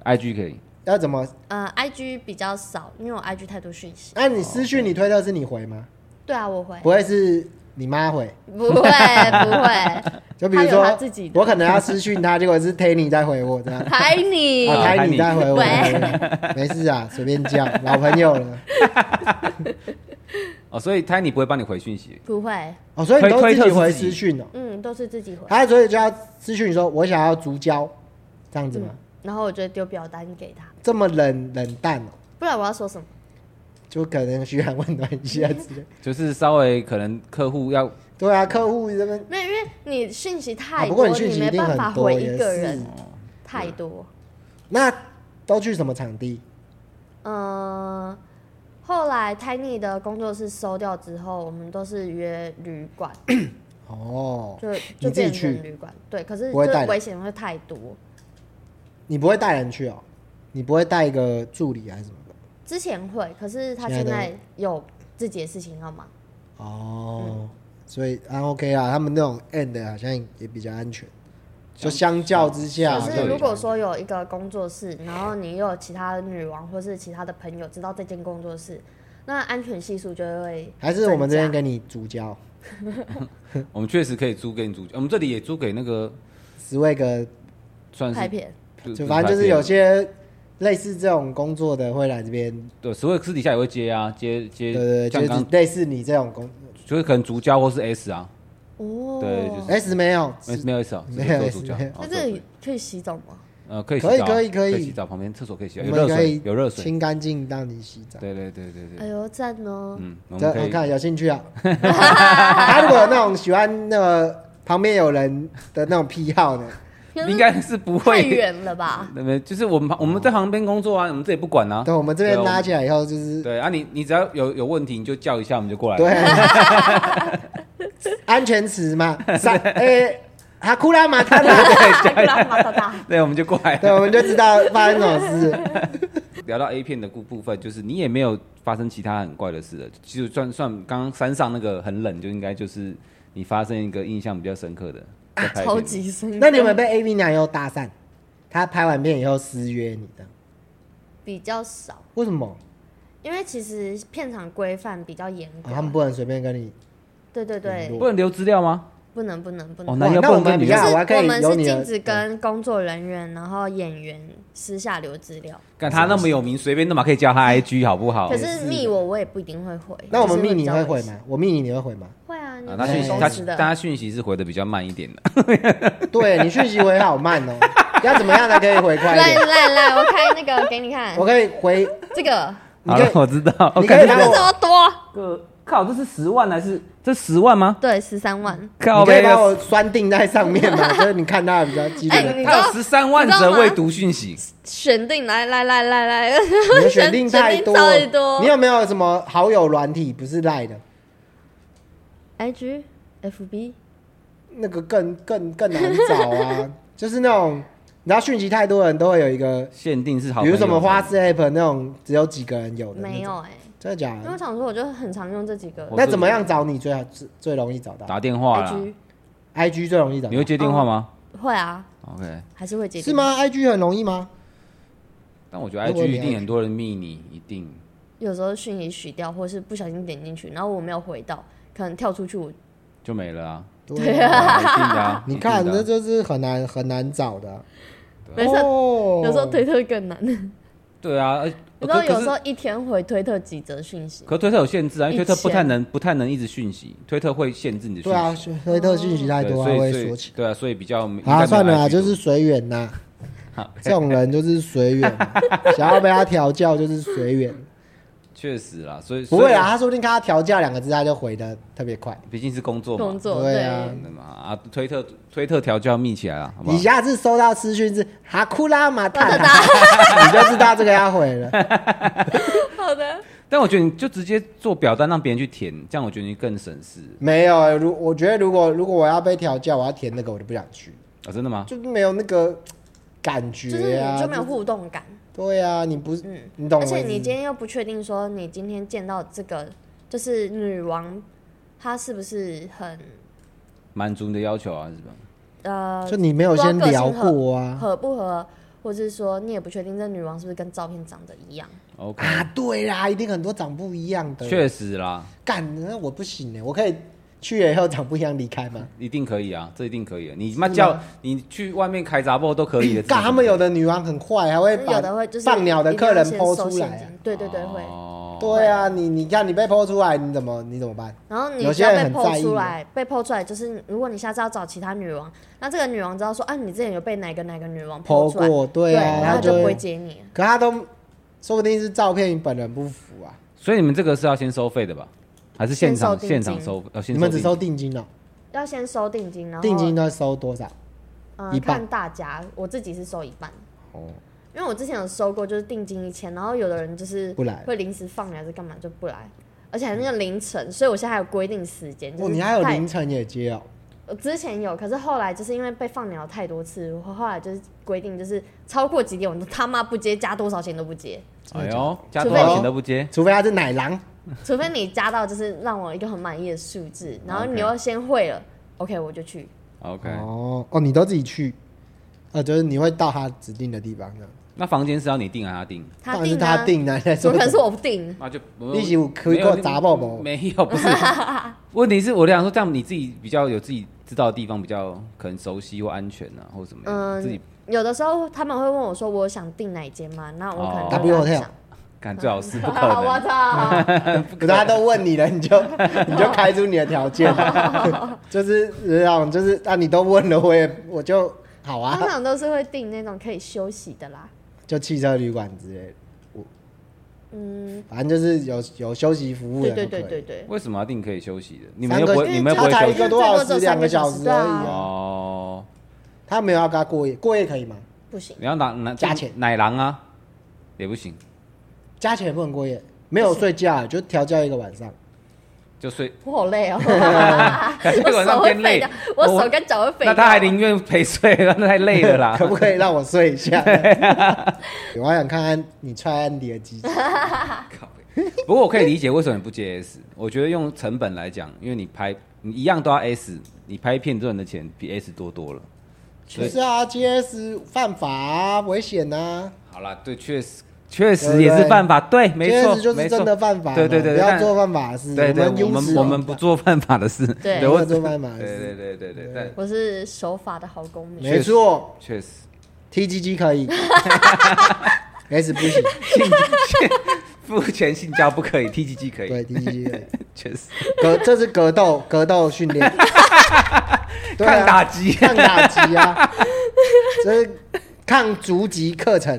S3: ？IG 可以，
S5: 要怎么？
S4: 呃，IG 比较少，因为我 IG 太多讯息。
S5: 那、你私讯你推特是你回吗？
S4: 对啊，我会，
S5: 不会是你妈回？
S4: 不会，不 会，
S5: 就比如
S4: 她有她
S5: 说
S4: 自己，的
S5: 我可能要私讯她，结果是 Tiny 在回我这 样。
S4: 拍你，
S5: 啊，
S3: 拍
S5: 台
S3: 你
S5: 你在回我，
S4: 喂
S5: 对 没事啊，随便叫，老朋友了。
S3: 哦，所以他你不会帮你回讯息，
S4: 不会，
S5: 哦，所以你都
S3: 推
S5: 自
S3: 推特是自
S5: 己
S3: 己
S5: 回私讯哦。
S4: 嗯，都是自己回，
S5: 他所以就要私讯你说我想要足交，这样子吗？
S4: 嗯然后我就丢表单给他，
S5: 这么冷冷淡哦，
S4: 不然我要说什么？
S5: 就可能嘘寒问暖一下之
S4: 嗯
S5: 类。
S3: 就是稍微可能客户要
S5: 对啊，客户这边
S4: 没有，因为你讯息
S5: 啊，
S4: 太
S5: 不过
S4: 多，
S5: 你讯息
S4: 没
S5: 一定
S4: 办法
S5: 很多，
S4: 回
S5: 也
S4: 一个
S5: 是
S4: 人。，太多。
S5: 那都去什么场地？
S4: 嗯，后来 Tiny 的工作室收掉之后，我们都是约旅 馆，
S5: 哦，
S4: 就
S5: 你
S4: 就
S5: 自己
S4: 变
S5: 去
S4: 成旅馆。对，可是
S5: 不会带
S4: 就
S5: 人
S4: 危险会太多。
S5: 你不会带人去哦，你不会带一个助理还是什么的？
S4: 之前会，可是他
S5: 现
S4: 现
S5: 在都
S4: 在有自己的事情要忙。
S5: 哦，所以啊 OK 啊，他们那种 end 的好像也比较安全，就相较之下，
S3: 啊
S4: 可
S3: 这
S4: 是
S3: 里
S4: 如果说有一个工作室，然后你又有其他女王或是其他的朋友知道这间工作室，那安全系数就会
S5: 还是我们这边
S4: 增加
S5: 给你足交
S3: 我们确实可以租给你租，我们这里也租给那个
S5: 十位个，
S3: 算
S4: 拍
S3: 是
S4: 片，
S3: 不
S5: 就反正就是有
S3: 不拍片
S5: 些类似这种工作的会来这边，
S3: 对，所以私底下也会接啊，接接，
S5: 对对对，
S3: 像
S5: 就是
S3: 刚
S5: 类似你这种工
S3: 就是可能足交或是 S 啊，
S4: 哦，
S3: 对就是
S5: ，S 没有，
S3: 没没有 S 啊，只
S5: 没有
S3: 是做
S5: S，
S3: 足交
S5: 没有。
S4: 那
S3: 哦
S4: 这
S3: 对
S4: 里可以洗澡吗？
S3: 呃，可以洗
S5: 可以
S3: 澡啊，
S5: 可以可以
S3: 洗澡，旁边厕所可以洗
S5: 我
S3: 澡，有热
S5: 们可以
S3: 水，有热水，
S5: 清干净让你洗澡。
S3: 对对对对
S4: 哎
S3: 对，
S4: 呦，赞哦！
S3: 嗯，我
S5: 这
S3: 们可
S5: 我
S3: 以
S5: 看有 兴趣啊。他如果有那种喜欢那个旁边有人的那种癖好呢？
S4: 可是
S3: 应该是不
S4: 太
S3: 会，
S4: 远了吧？
S3: 那没就是我们旁我们在旁边工作啊，我们这也不管啊，
S5: 等我们这边
S3: 对啊
S5: 拉起来以后，就是
S3: 对啊，你你只要有有问题，你就叫一下，我们就过来。
S5: 对，安全词嘛，三哎诶，哈库拉马塔 拉，
S4: 太 古拉马达达，
S3: 对，我们就过来。
S5: 对，我们就知道发生什么事。
S3: 聊到 A 片的部部分，就是你也没有发生其他很怪的事了。就算算刚刚山上那个很冷，就应该就是你发生一个印象比较深刻的。在拍片
S4: 超级深。
S5: 那你有没有被 AV 男优搭讪？他拍完片以后私约你的，
S4: 比较少，
S5: 为什么？
S4: 因为其实片场规范比较严
S5: 啊他们
S4: 格。
S5: 不能随便跟你。
S4: 对对对
S5: 联，络
S3: 不能留资料吗？
S4: 不能不能不
S3: 哦，
S4: 能。
S3: 那
S5: 哇
S3: 要
S5: 那
S3: 不
S5: 我
S3: 能
S5: 们
S3: 跟你
S5: 比较
S3: 聊
S5: 我还可以
S4: 我们
S5: 有
S4: 是
S5: 你的嗯
S4: 禁止跟工作人员，然后演员私下留资料。
S3: 干他那么有名，随便都嘛可以加他 IG 好不好？
S4: 可是密我，我也不一定会回。
S5: 哦那我们
S4: 就是比
S5: 密你
S4: 较
S5: 会
S4: 危
S5: 回
S4: 险？
S5: 吗？我密你你会回吗？
S4: 会啊，你
S3: 啊，他讯息
S4: 们
S3: 他
S4: 公司
S3: 他他
S4: 的。
S3: 讯息是回的比较慢一点的。
S5: 对你讯息回好慢哦，要怎么样才可以回快一
S4: 来
S5: 点？
S4: 来来，我开那个给你看
S5: 我，可以回，
S4: 这个
S5: 你
S3: 好
S5: 可
S3: 了，
S5: 以
S3: 我知道。
S5: 你可以
S4: 这
S5: 帮
S4: 是
S5: 我
S4: 么
S5: 哦
S4: 多？
S3: 个靠，这是十万还是这十万吗？
S4: 对，十三万。
S3: 靠
S5: 你可
S3: 背，
S5: 以把我拴定在上面吗？就是你看他比较激
S4: 哎，
S5: 烈，
S4: 你知
S3: 他有
S4: 道
S3: 十三万
S4: 你知道
S3: 则
S4: 吗
S3: 未读讯息。
S4: 选定来来来来来，
S5: 你的选定太多
S4: 选定超多
S5: 你有没有什么好友软体不是赖的？
S4: IG、FB，
S5: 那个更更更难找啊， 就是那种你知道讯息太多的人都会有一个，
S3: 限定是好，
S5: 比如什么花式 app 那种只有几个人有的，
S4: 没有，哎、
S5: 真的假
S4: 因为我
S5: 的？
S4: 想说，我就很常用这几个
S3: 我
S5: 那怎么样找你最好最最容易找到
S3: 打电话啦，
S4: IG，
S5: ？IG 最容易找
S3: 你会
S5: 到
S3: 接电话吗
S4: 会啊，
S3: ？OK，
S4: 还是会接。
S5: 是？吗？IG 很容易吗？
S3: 但我觉得
S5: 如果
S3: IG
S5: 你
S3: 一定
S5: IG
S3: 很多人密你，一定
S4: 有时候讯息许掉，或是不小心点进去，然后我没有回到，可能跳出去我，
S3: 就没了啊，
S5: 对
S3: 对
S5: 啊，
S3: 啊一定的啊。
S5: 你看
S3: 一定的
S5: 这
S3: 啊
S5: 就是很难很难找的。啊
S4: 没事
S5: 哦
S4: 有时候推特更难。 你
S3: 对啊，而
S4: 知道
S3: 可
S4: 有
S3: 可
S4: 时候
S3: 是
S4: 一天回推特几则讯息，
S3: 可推特有限制啊，因为推
S4: 以
S3: 特不太
S4: 前
S3: 能不太能一直讯息，推特会限制你的
S5: 对啊
S3: 讯息。，
S5: 推特讯息太
S3: 对，所
S5: 多，还
S3: 以
S5: 会
S3: 所以
S5: 锁起。
S3: 对啊，所以比较
S5: 好啊，算了啊，
S3: 啊，
S5: 就是随缘呐。这种人就是随 缘嘛，想要被他调教就是随缘。
S3: 确实啦，所以
S5: 不会啊，
S3: 啊，
S5: 他说不定看他调教两个字，他就回的特别快。
S3: 毕竟是工作嘛，
S4: 工作
S5: 对啊
S3: 真的嘛啊，推特推特调教密起来了，好不好
S5: 你？下次收到私讯是哈库拉马塔， 你就知道这个要回了。
S4: 好的，
S3: 但我觉得你就直接做表单让别人去填，这样我觉得你更省事
S5: 没有、欸，如我觉得如果如果我要被调教，我要填那个，我就不想去，
S3: 啊，真的吗？
S5: 就是没有那个感
S4: 就是
S5: 觉啊。
S4: 你就没有互动感，
S5: 对啊，你不，
S4: 嗯
S5: 你懂我
S4: 而
S5: 意思？
S4: 且你今天又不确定说你今天见到这个就是女王，她是不是很
S3: 满足你的要求啊，是吧？
S4: 呃
S5: 就你没有先聊过啊。
S4: 合不合，或者是说你也不确定这女王是不是跟照片长得一样。
S3: OK，
S5: 啊，对啦，一定很多长不一样的。
S3: 确实啊啦，
S5: 干，那我不行欸呢，我可以去了以后长不一样离开吗？
S3: 一定可以啊，这一定可以的。你妈叫你去外面开杂货都可以的。
S5: 干，他们有的女王很坏，还会
S4: 可是
S5: 把
S4: 有的会就是
S5: 放鸟的客人剖出
S4: 一定要先收
S5: 来
S4: 现
S5: 啊、
S4: 金对对对会。
S3: 哦
S5: 对啊，你你看你被剖出来，你怎么你怎么办？
S4: 然后你
S5: 有
S4: 只
S5: 些
S4: 要
S5: 人
S4: 被
S5: 很在
S4: 剖
S5: 意
S4: 出来，被剖出来就是，如果你下次要找其他女王，那这个女王知道说啊，你之前有被哪个哪个女王
S5: 剖
S4: 出来，
S5: 过对啊
S4: 然后
S5: 她
S4: 就
S5: 就
S4: 不会
S5: 会
S4: 接你了。
S5: 可他都说不定是照片本人不符啊，
S3: 所以你们这个是要先收费的吧？还是现场
S4: 先收定
S3: 现
S4: 金
S3: 场收？呃，先
S5: 你们只
S3: 定
S5: 收定金哦、
S4: 要先收定金，然后
S5: 定金都收多少？
S4: 嗯
S5: 一半
S4: 看大家，我自己是收一半。因为我之前有收过，就是定金一千，然后有的人就是
S5: 不来
S4: 会临时放你还是干嘛就不来，而且还是那个凌晨，所以我现在还有规定时间。就
S5: 哦，
S4: 是
S5: 你还有
S4: 太
S5: 凌晨也接哦、
S4: 我之前有，可是后来就是因为被放鸟太多次，我后来就是规定，就是超过几点我都他妈不接，加多少钱都不接，
S3: 哎呦，加多少钱都不接，
S5: 除非他是奶狼，
S4: 除非你加到就是让我一个很满意的数字，然后
S3: OK
S4: 你又先会了，OK 我就去。
S3: OK，
S5: 哦哦，你都自己去，呃，就是你会到他指定的地方的，
S3: 那房间是要你定还是他定？
S5: 当
S4: 他
S5: 然是
S4: 定
S5: 他
S4: 啊，
S5: 定的、你在
S4: 怎
S5: 说
S4: 么可能
S5: 什
S4: 是
S5: 么
S4: 我不定？
S3: 那就
S5: 你是有开过杂报吗
S3: 没有，不是。问题是我想说，这样你自己比较有自己知道的地方，比较可能熟悉或安全啊，或者怎么样，
S4: 嗯
S3: 自己
S4: 有的时候他们会问我说：“我想订哪一间吗？”那我可能就
S5: W
S4: 跟他
S5: Hotel
S4: 讲。
S3: 干最好是不可
S4: 啊我
S3: 能，
S4: 操！
S5: 可是他都问你了，你就 你就开出你的 条件，就是这样，就是啊，你都问了，我也我就好啊
S4: 通，常都是会订那种可以休息的啦。
S5: 就汽车旅馆之类的，
S4: 嗯，
S5: 反正就是有有休息服务
S4: 对
S5: 的，
S4: 对对对。对，
S3: 为什么要定可以休息的？你们
S5: 三
S3: 又
S5: 个
S3: 不会，你们又不
S5: 他
S3: 会
S5: 才
S3: 休
S5: 一
S3: 息
S5: 个多小
S4: 最多
S5: 时，
S4: 只有
S5: 两
S4: 三
S5: 个
S4: 个
S5: 小
S4: 小
S5: 时
S4: 时
S5: 而已啊。
S3: 哦，
S5: 他没有要跟他过夜，过夜可以吗？
S4: 不行，
S3: 你要拿拿
S5: 价钱
S3: 奶狼啊，也不行，
S5: 加起来不能过夜，没有睡觉，就调教一 个晚上。
S3: 就睡。
S4: 我好累哦，
S5: 啊
S3: 这个
S4: 我
S3: 晚上
S4: 手会
S3: 偏
S4: 废
S3: 累
S4: 掉，我手跟脚会废掉。
S3: 那他还宁愿陪睡，那太累了啦
S5: 可。不可以让我睡一下？ 我还想看看你踹安迪的鸡鸡，
S3: 靠北 不过我可以理解为什么你不接 S，我觉得用成本来讲，因为你拍你一样都要 S，你拍片赚的钱比 S 多多了。
S5: 不是啊，GS 犯法啊，危险啊
S3: 好啦，对，确实确实也是犯法，对，没错
S5: ，GS，就是
S3: 没错
S5: 真的犯法嘛，
S3: 对对对，
S5: 不要
S3: 但
S5: 做犯法的事。
S3: 对对，
S5: 我
S3: 我们
S5: 们啊
S3: 我们不做犯法的事，
S4: 对
S5: 不
S3: 我
S5: 要做犯法的
S3: 对对
S5: 事，
S3: 对对对，但
S4: 我是守法的好公民。
S5: 没错
S3: 确实
S5: ，T G G 可以 ，S 不行，
S3: 性性付钱性交不可以，T G G 可以，
S5: 对 T G G 可以，
S3: 确实
S5: 格这是格斗格斗训 练，对啊
S3: 抗打击，
S5: 抗打击啊，这是抗足级课程，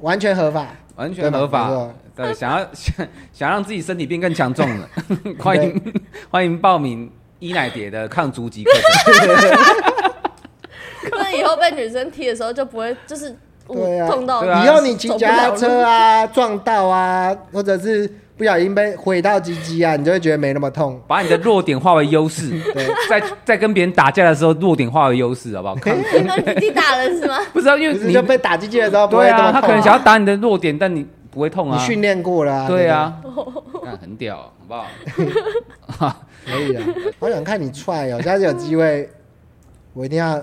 S5: 完全合法，
S3: 完全合
S5: 对
S3: 法
S5: 吧。
S3: 对，想要想想让自己身体变更强壮的，欢迎欢迎报名伊奶蝶的抗足疾课程。
S4: 那以后被女生踢的时候就不会就是
S5: 对啊
S4: 碰 到
S3: 对啊
S5: 以后你骑脚踏
S4: 走不了
S5: 车
S4: 路
S5: 啊撞到啊，或者是不小心被毁到鸡鸡啊，你就会觉得没那么痛。
S3: 把你的弱点化为优势，在在跟别人打架的时候，弱点化为优势，好不好？抗
S4: 你们你弟打人是吗？
S3: 不是啊，因为
S5: 不是
S3: 你
S5: 就被打鸡鸡的时候不会
S3: 对
S5: 这
S3: 啊，
S5: 么
S3: 他
S5: 痛、
S3: 可能想要打你的弱点，但你不会痛
S5: 你
S3: 啊。
S5: 训练过了啊。
S3: 对啊，那很屌，好不好？
S5: 对不对，可以啊。好想看你踹哦，下次有机会我一定要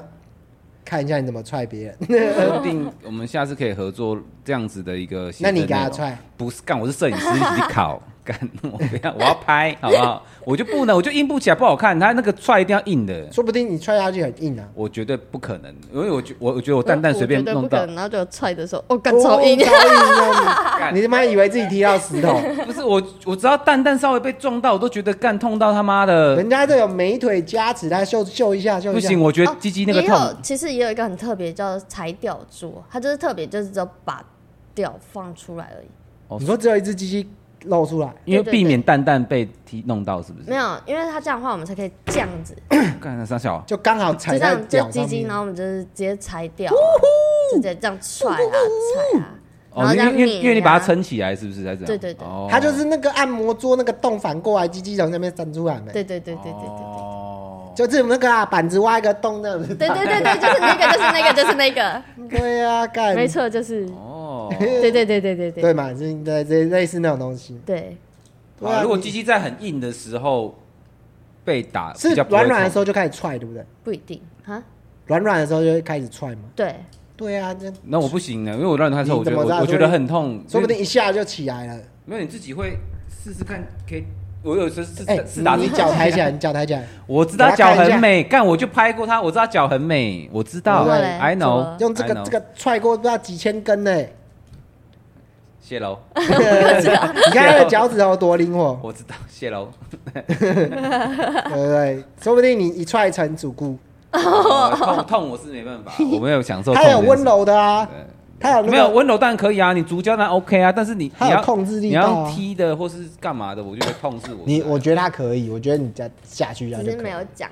S5: 看一下你怎么踹别人。
S3: 说不定呃我们下次可以合作这样子的一个写
S5: 那
S3: 真内
S5: 你
S3: 容。
S5: 给他踹
S3: 不是干，我是摄影师，你考 干，我不要，我要拍，好不好？我就不能，我就硬不起来，不好看。他那个踹一定要硬的，
S5: 说不定你踹下去很硬啊。
S3: 我绝对不可能，因为我觉我我觉得我 蛋蛋随便
S4: 我绝对
S3: 弄
S4: 不可
S3: 到
S4: 能，，然后就踹的时候，哦，干超硬
S5: 哦，超硬啊
S3: 干
S5: 你！你他妈以为自己踢到石头？
S3: 不是我，我只要蛋蛋稍微被撞到，我都觉得干痛到他妈的
S5: 人家这有美腿加持，他秀秀一下，秀
S3: 不
S5: 一下。
S3: 行，我觉得
S4: 哦
S3: 鸡鸡那个
S4: 也
S3: 痛，
S4: 有，其实也有一个很特别叫裁吊桌，它就是特别就是只有把吊放出来而已，
S5: 你说只有一只鸡鸡露出来，
S3: 因为
S4: 对对
S3: 避免蛋蛋被踢弄到，是不是？
S4: 没有，因为它这样的话我们才可以这样子，
S3: 干啥小？
S5: 就刚好
S4: 就
S5: 踩
S4: 这
S5: 在
S4: 样就
S5: 脚
S4: 鸡
S5: 上
S4: 鸡，然
S5: 面。
S4: 后我们就是直接裁掉啊，直接这样踹啊踹啊，然
S3: 哦，
S4: 后这
S3: 因
S4: 样
S3: 为因为
S4: 拧啊
S3: 因为你把它撑起来，是不是？才这样。
S4: 对对对
S3: 哦
S5: 他就是那个按摩桌那个洞反过来，鸡鸡从那边伸出来没？
S4: 对对对对对对
S3: 哦，
S5: 就是那个啊，板子挖一个洞那样子。
S4: 对对对对，就是那个就是那个就是那个，
S5: 对啊，干
S4: 没， 错，就是
S3: 哦，
S4: 对对对对对对
S5: 对嘛，就是对对类似那种东西。
S4: 对，
S5: 对啊
S3: 好，如果
S5: 你
S3: 鸡鸡在很硬的时候被打，
S5: 是
S3: 比较不会
S5: 软软的
S3: 痛
S5: 时候就开始踹，对不对？
S4: 不一定啊，
S5: 软软的时候就会开始踹嘛。
S4: 对，
S5: 对啊，这
S3: 那我不行呢，因为我乱开车，
S5: 你
S3: 我觉
S5: 怎
S3: 得
S5: 么知道
S3: 我我觉得很痛，
S5: 说不定
S3: 因为
S5: 一下就起来了。
S3: 没有你自己会试试看，可以。我有时候试
S5: 哎，
S3: 试打
S5: 你
S3: 自
S5: 你
S3: 己
S5: 脚抬起来，你脚抬起来，
S3: 我知道脚很美，干我就拍过他，我知道脚很美，我知道
S5: 对
S3: ，I
S4: 怎么
S3: know，
S4: 了
S5: 用这
S3: I
S5: 个
S3: know
S5: 这个踹过不知道几千 根呢。
S3: 谢喽，
S5: 你看他的脚趾头多灵活，
S3: 我知道谢 喽，
S5: 对不对？说不定你一踹成主顾，
S3: 哦痛痛我是没办法，我没有享受痛
S5: 他
S3: 这件
S5: 有
S3: 事，
S5: 温柔的啊，他有那个
S3: 没有温柔当然可以啊，你足胶当然 OK 啊，但是你
S5: 他
S3: 你
S5: 有
S3: 要
S5: 控制力
S3: 你
S5: 道
S3: 要
S5: 啊
S3: 踢的或是干嘛的，我觉得痛是我啊
S5: 你
S3: 的
S5: 我觉得他可以，我觉得你再下去一下
S4: 只
S5: 就是可
S4: 没
S5: 以
S4: 有。讲，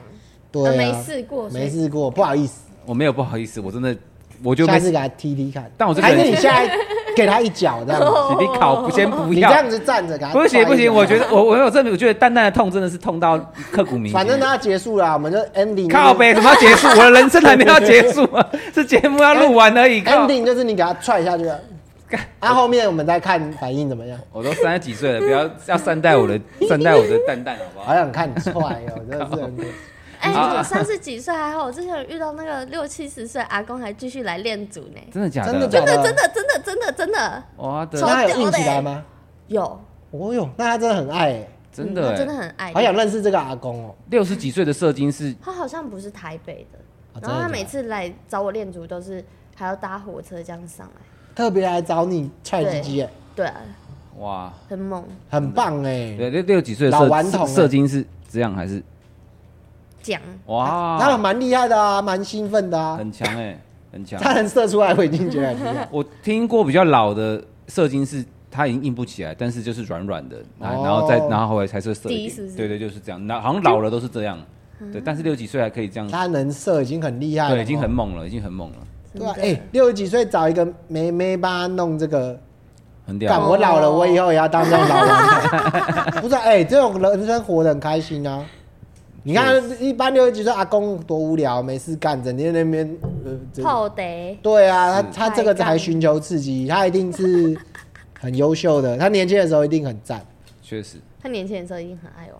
S5: 对、啊，
S4: 呃没试过所以
S5: 没试过，不好意思，
S3: 我没有不好意思，我真的我就
S5: 下
S3: 没
S5: 次给他踢踢看。
S3: 但我这个
S5: 还
S3: 人
S5: 是你现在给他一脚这样子，
S3: 你考不先不
S5: 你这
S3: 要，
S5: 样子啊站着给他踹
S3: 不
S5: 一脚。
S3: 行不行，我觉得我我有证明，我觉得蛋蛋的痛真的是痛到刻骨铭心。
S5: 反正都要结束了，我们就 ending
S3: 靠背什么要结束？我的人生还没到结束 啊，是节目要录完而已。靠，
S5: ending 就是你给他踹下去了
S3: 干，
S5: 啊，后面我们再看反应怎么样。
S3: 我都三十几岁了，不要要善待 我的善待我的蛋蛋，好不
S5: 好
S3: 好？
S5: 想看你踹哦，真的是很 可惜
S4: 哎，
S3: 啊
S4: 我三十几岁还好，我之前有遇到那个六七十岁阿公还继续来练组呢，
S3: 真的假的？
S5: 真的假
S4: 真的
S5: 的？
S4: 真的真的真的真的
S3: 哇的
S5: 那他
S4: 超
S5: 有
S4: 屌
S5: 硬
S4: 的
S5: 起来吗？
S4: 有，
S5: 哦哟，那他真的很爱欸，
S3: 真
S4: 嗯
S3: 的
S4: 他真的
S3: 欸，
S4: 很爱
S5: 好
S4: 练
S5: 想认识这个阿公哦。
S3: 六十几岁的射精是
S4: 他好像不是台北的，
S5: 哦
S4: 然后他
S5: 真的假的
S4: 每次来找我练足都是还要搭火车这样上来，
S5: 特别来找你踹鸡鸡，哎
S4: 对、啊，
S3: 哇，
S4: 很猛，
S5: 很棒哎。
S3: 对，六六几岁的
S5: 老
S3: 射
S5: 顽童欸
S3: 射精是这样还是
S4: 讲
S3: 哇？
S5: 他们蛮厉害的啊，蛮兴奋的啊。
S3: 很强哎、很强。
S5: 他能射出来，我已经觉得很厉害。
S3: 我听过比较老的射精是，它已经硬不起来，但是就是软软的，然后
S5: 哦
S3: 然后再然后后来才是射
S4: 低
S3: 精，
S4: 是不是
S3: 对对，就是这样。那好像老了都是这样，
S5: 嗯
S3: 对，但是六几岁还可以这样，
S5: 他能射已经很厉害了，
S3: 嗯对，已经很猛了，已经很猛了，
S5: 对啊。
S4: 真的
S5: 哎，六十几岁找一个妹妹帮他弄这个，
S3: 很
S5: 干
S3: 屌。
S5: 我老了，我以后也要当这种老顽童。 不是啊哎，这种人生活得很开心啊。你看，一般六十几岁阿公多无聊，没事干，整天在那边呃。这
S4: 泡得
S5: 对啊，他
S3: 是
S5: 他这个才寻求刺激，他一定是很优秀的。他年轻的时候一定很赞。
S3: 确实，
S4: 他年轻的时候一定很爱玩，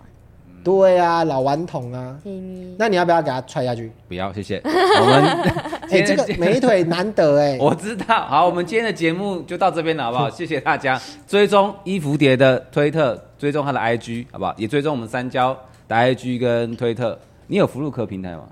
S3: 嗯
S5: 对啊，老顽童啊。
S4: 咪咪
S5: 那你要不要给他踹下去？
S3: 不要谢谢我们
S5: 哎、
S3: 今
S5: 这
S3: 天
S5: 个美腿难得 哎、
S3: 我知道，好，我们今天的节目就到这边了，好不 好？谢谢大家追踪伊蝴蝶的推特，追踪他的 IG，好不好？也追踪我们三焦的 IG 跟推特。你有福禄克平台吗？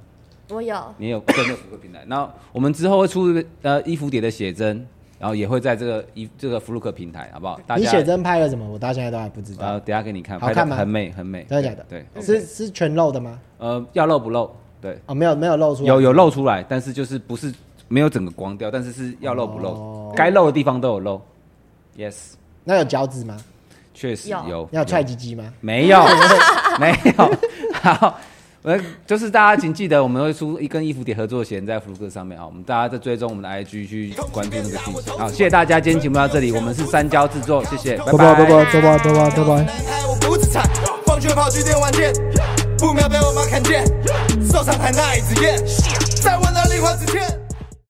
S4: 我有，
S3: 你有真的福禄克平台。然后我们之后会出一个呃伊蝴蝶的写真，然后也会在这个伊这个福禄克平台，好不好？大家
S5: 你写真拍了什么？我到现在都还不知道
S3: 呃，。等一下给你看，
S5: 好
S3: 拍的
S5: 看吗
S3: 很美很美，
S5: 真的假的
S3: 对，对
S5: 是是全露的吗？
S3: 呃，要露不露？对，
S5: 哦，没有没有露出来。
S3: 有有露出来，但是就是不是没有整个光掉，但是是要露不露
S5: 哦，
S3: 该露的地方都有露。Yes。
S5: 那有脚趾吗？
S3: 确实
S4: 有
S3: 有
S5: 要踹
S3: 有
S5: 鸡鸡吗？
S3: 没有 没有好。呃，就是大家请记得，我们会出一根衣服蝶合作的鞋在福克上面啊，我们大家在追踪我们的 IG 去关注那个讯息。好，谢谢大家，今天节目到这里，我们是三焦制作，谢谢，拜拜。
S5: 拜拜拜拜拜拜
S6: 男孩我不自残，放学跑去电玩店，不秒被我妈看见，受伤还那一只眼，在我的零花之前。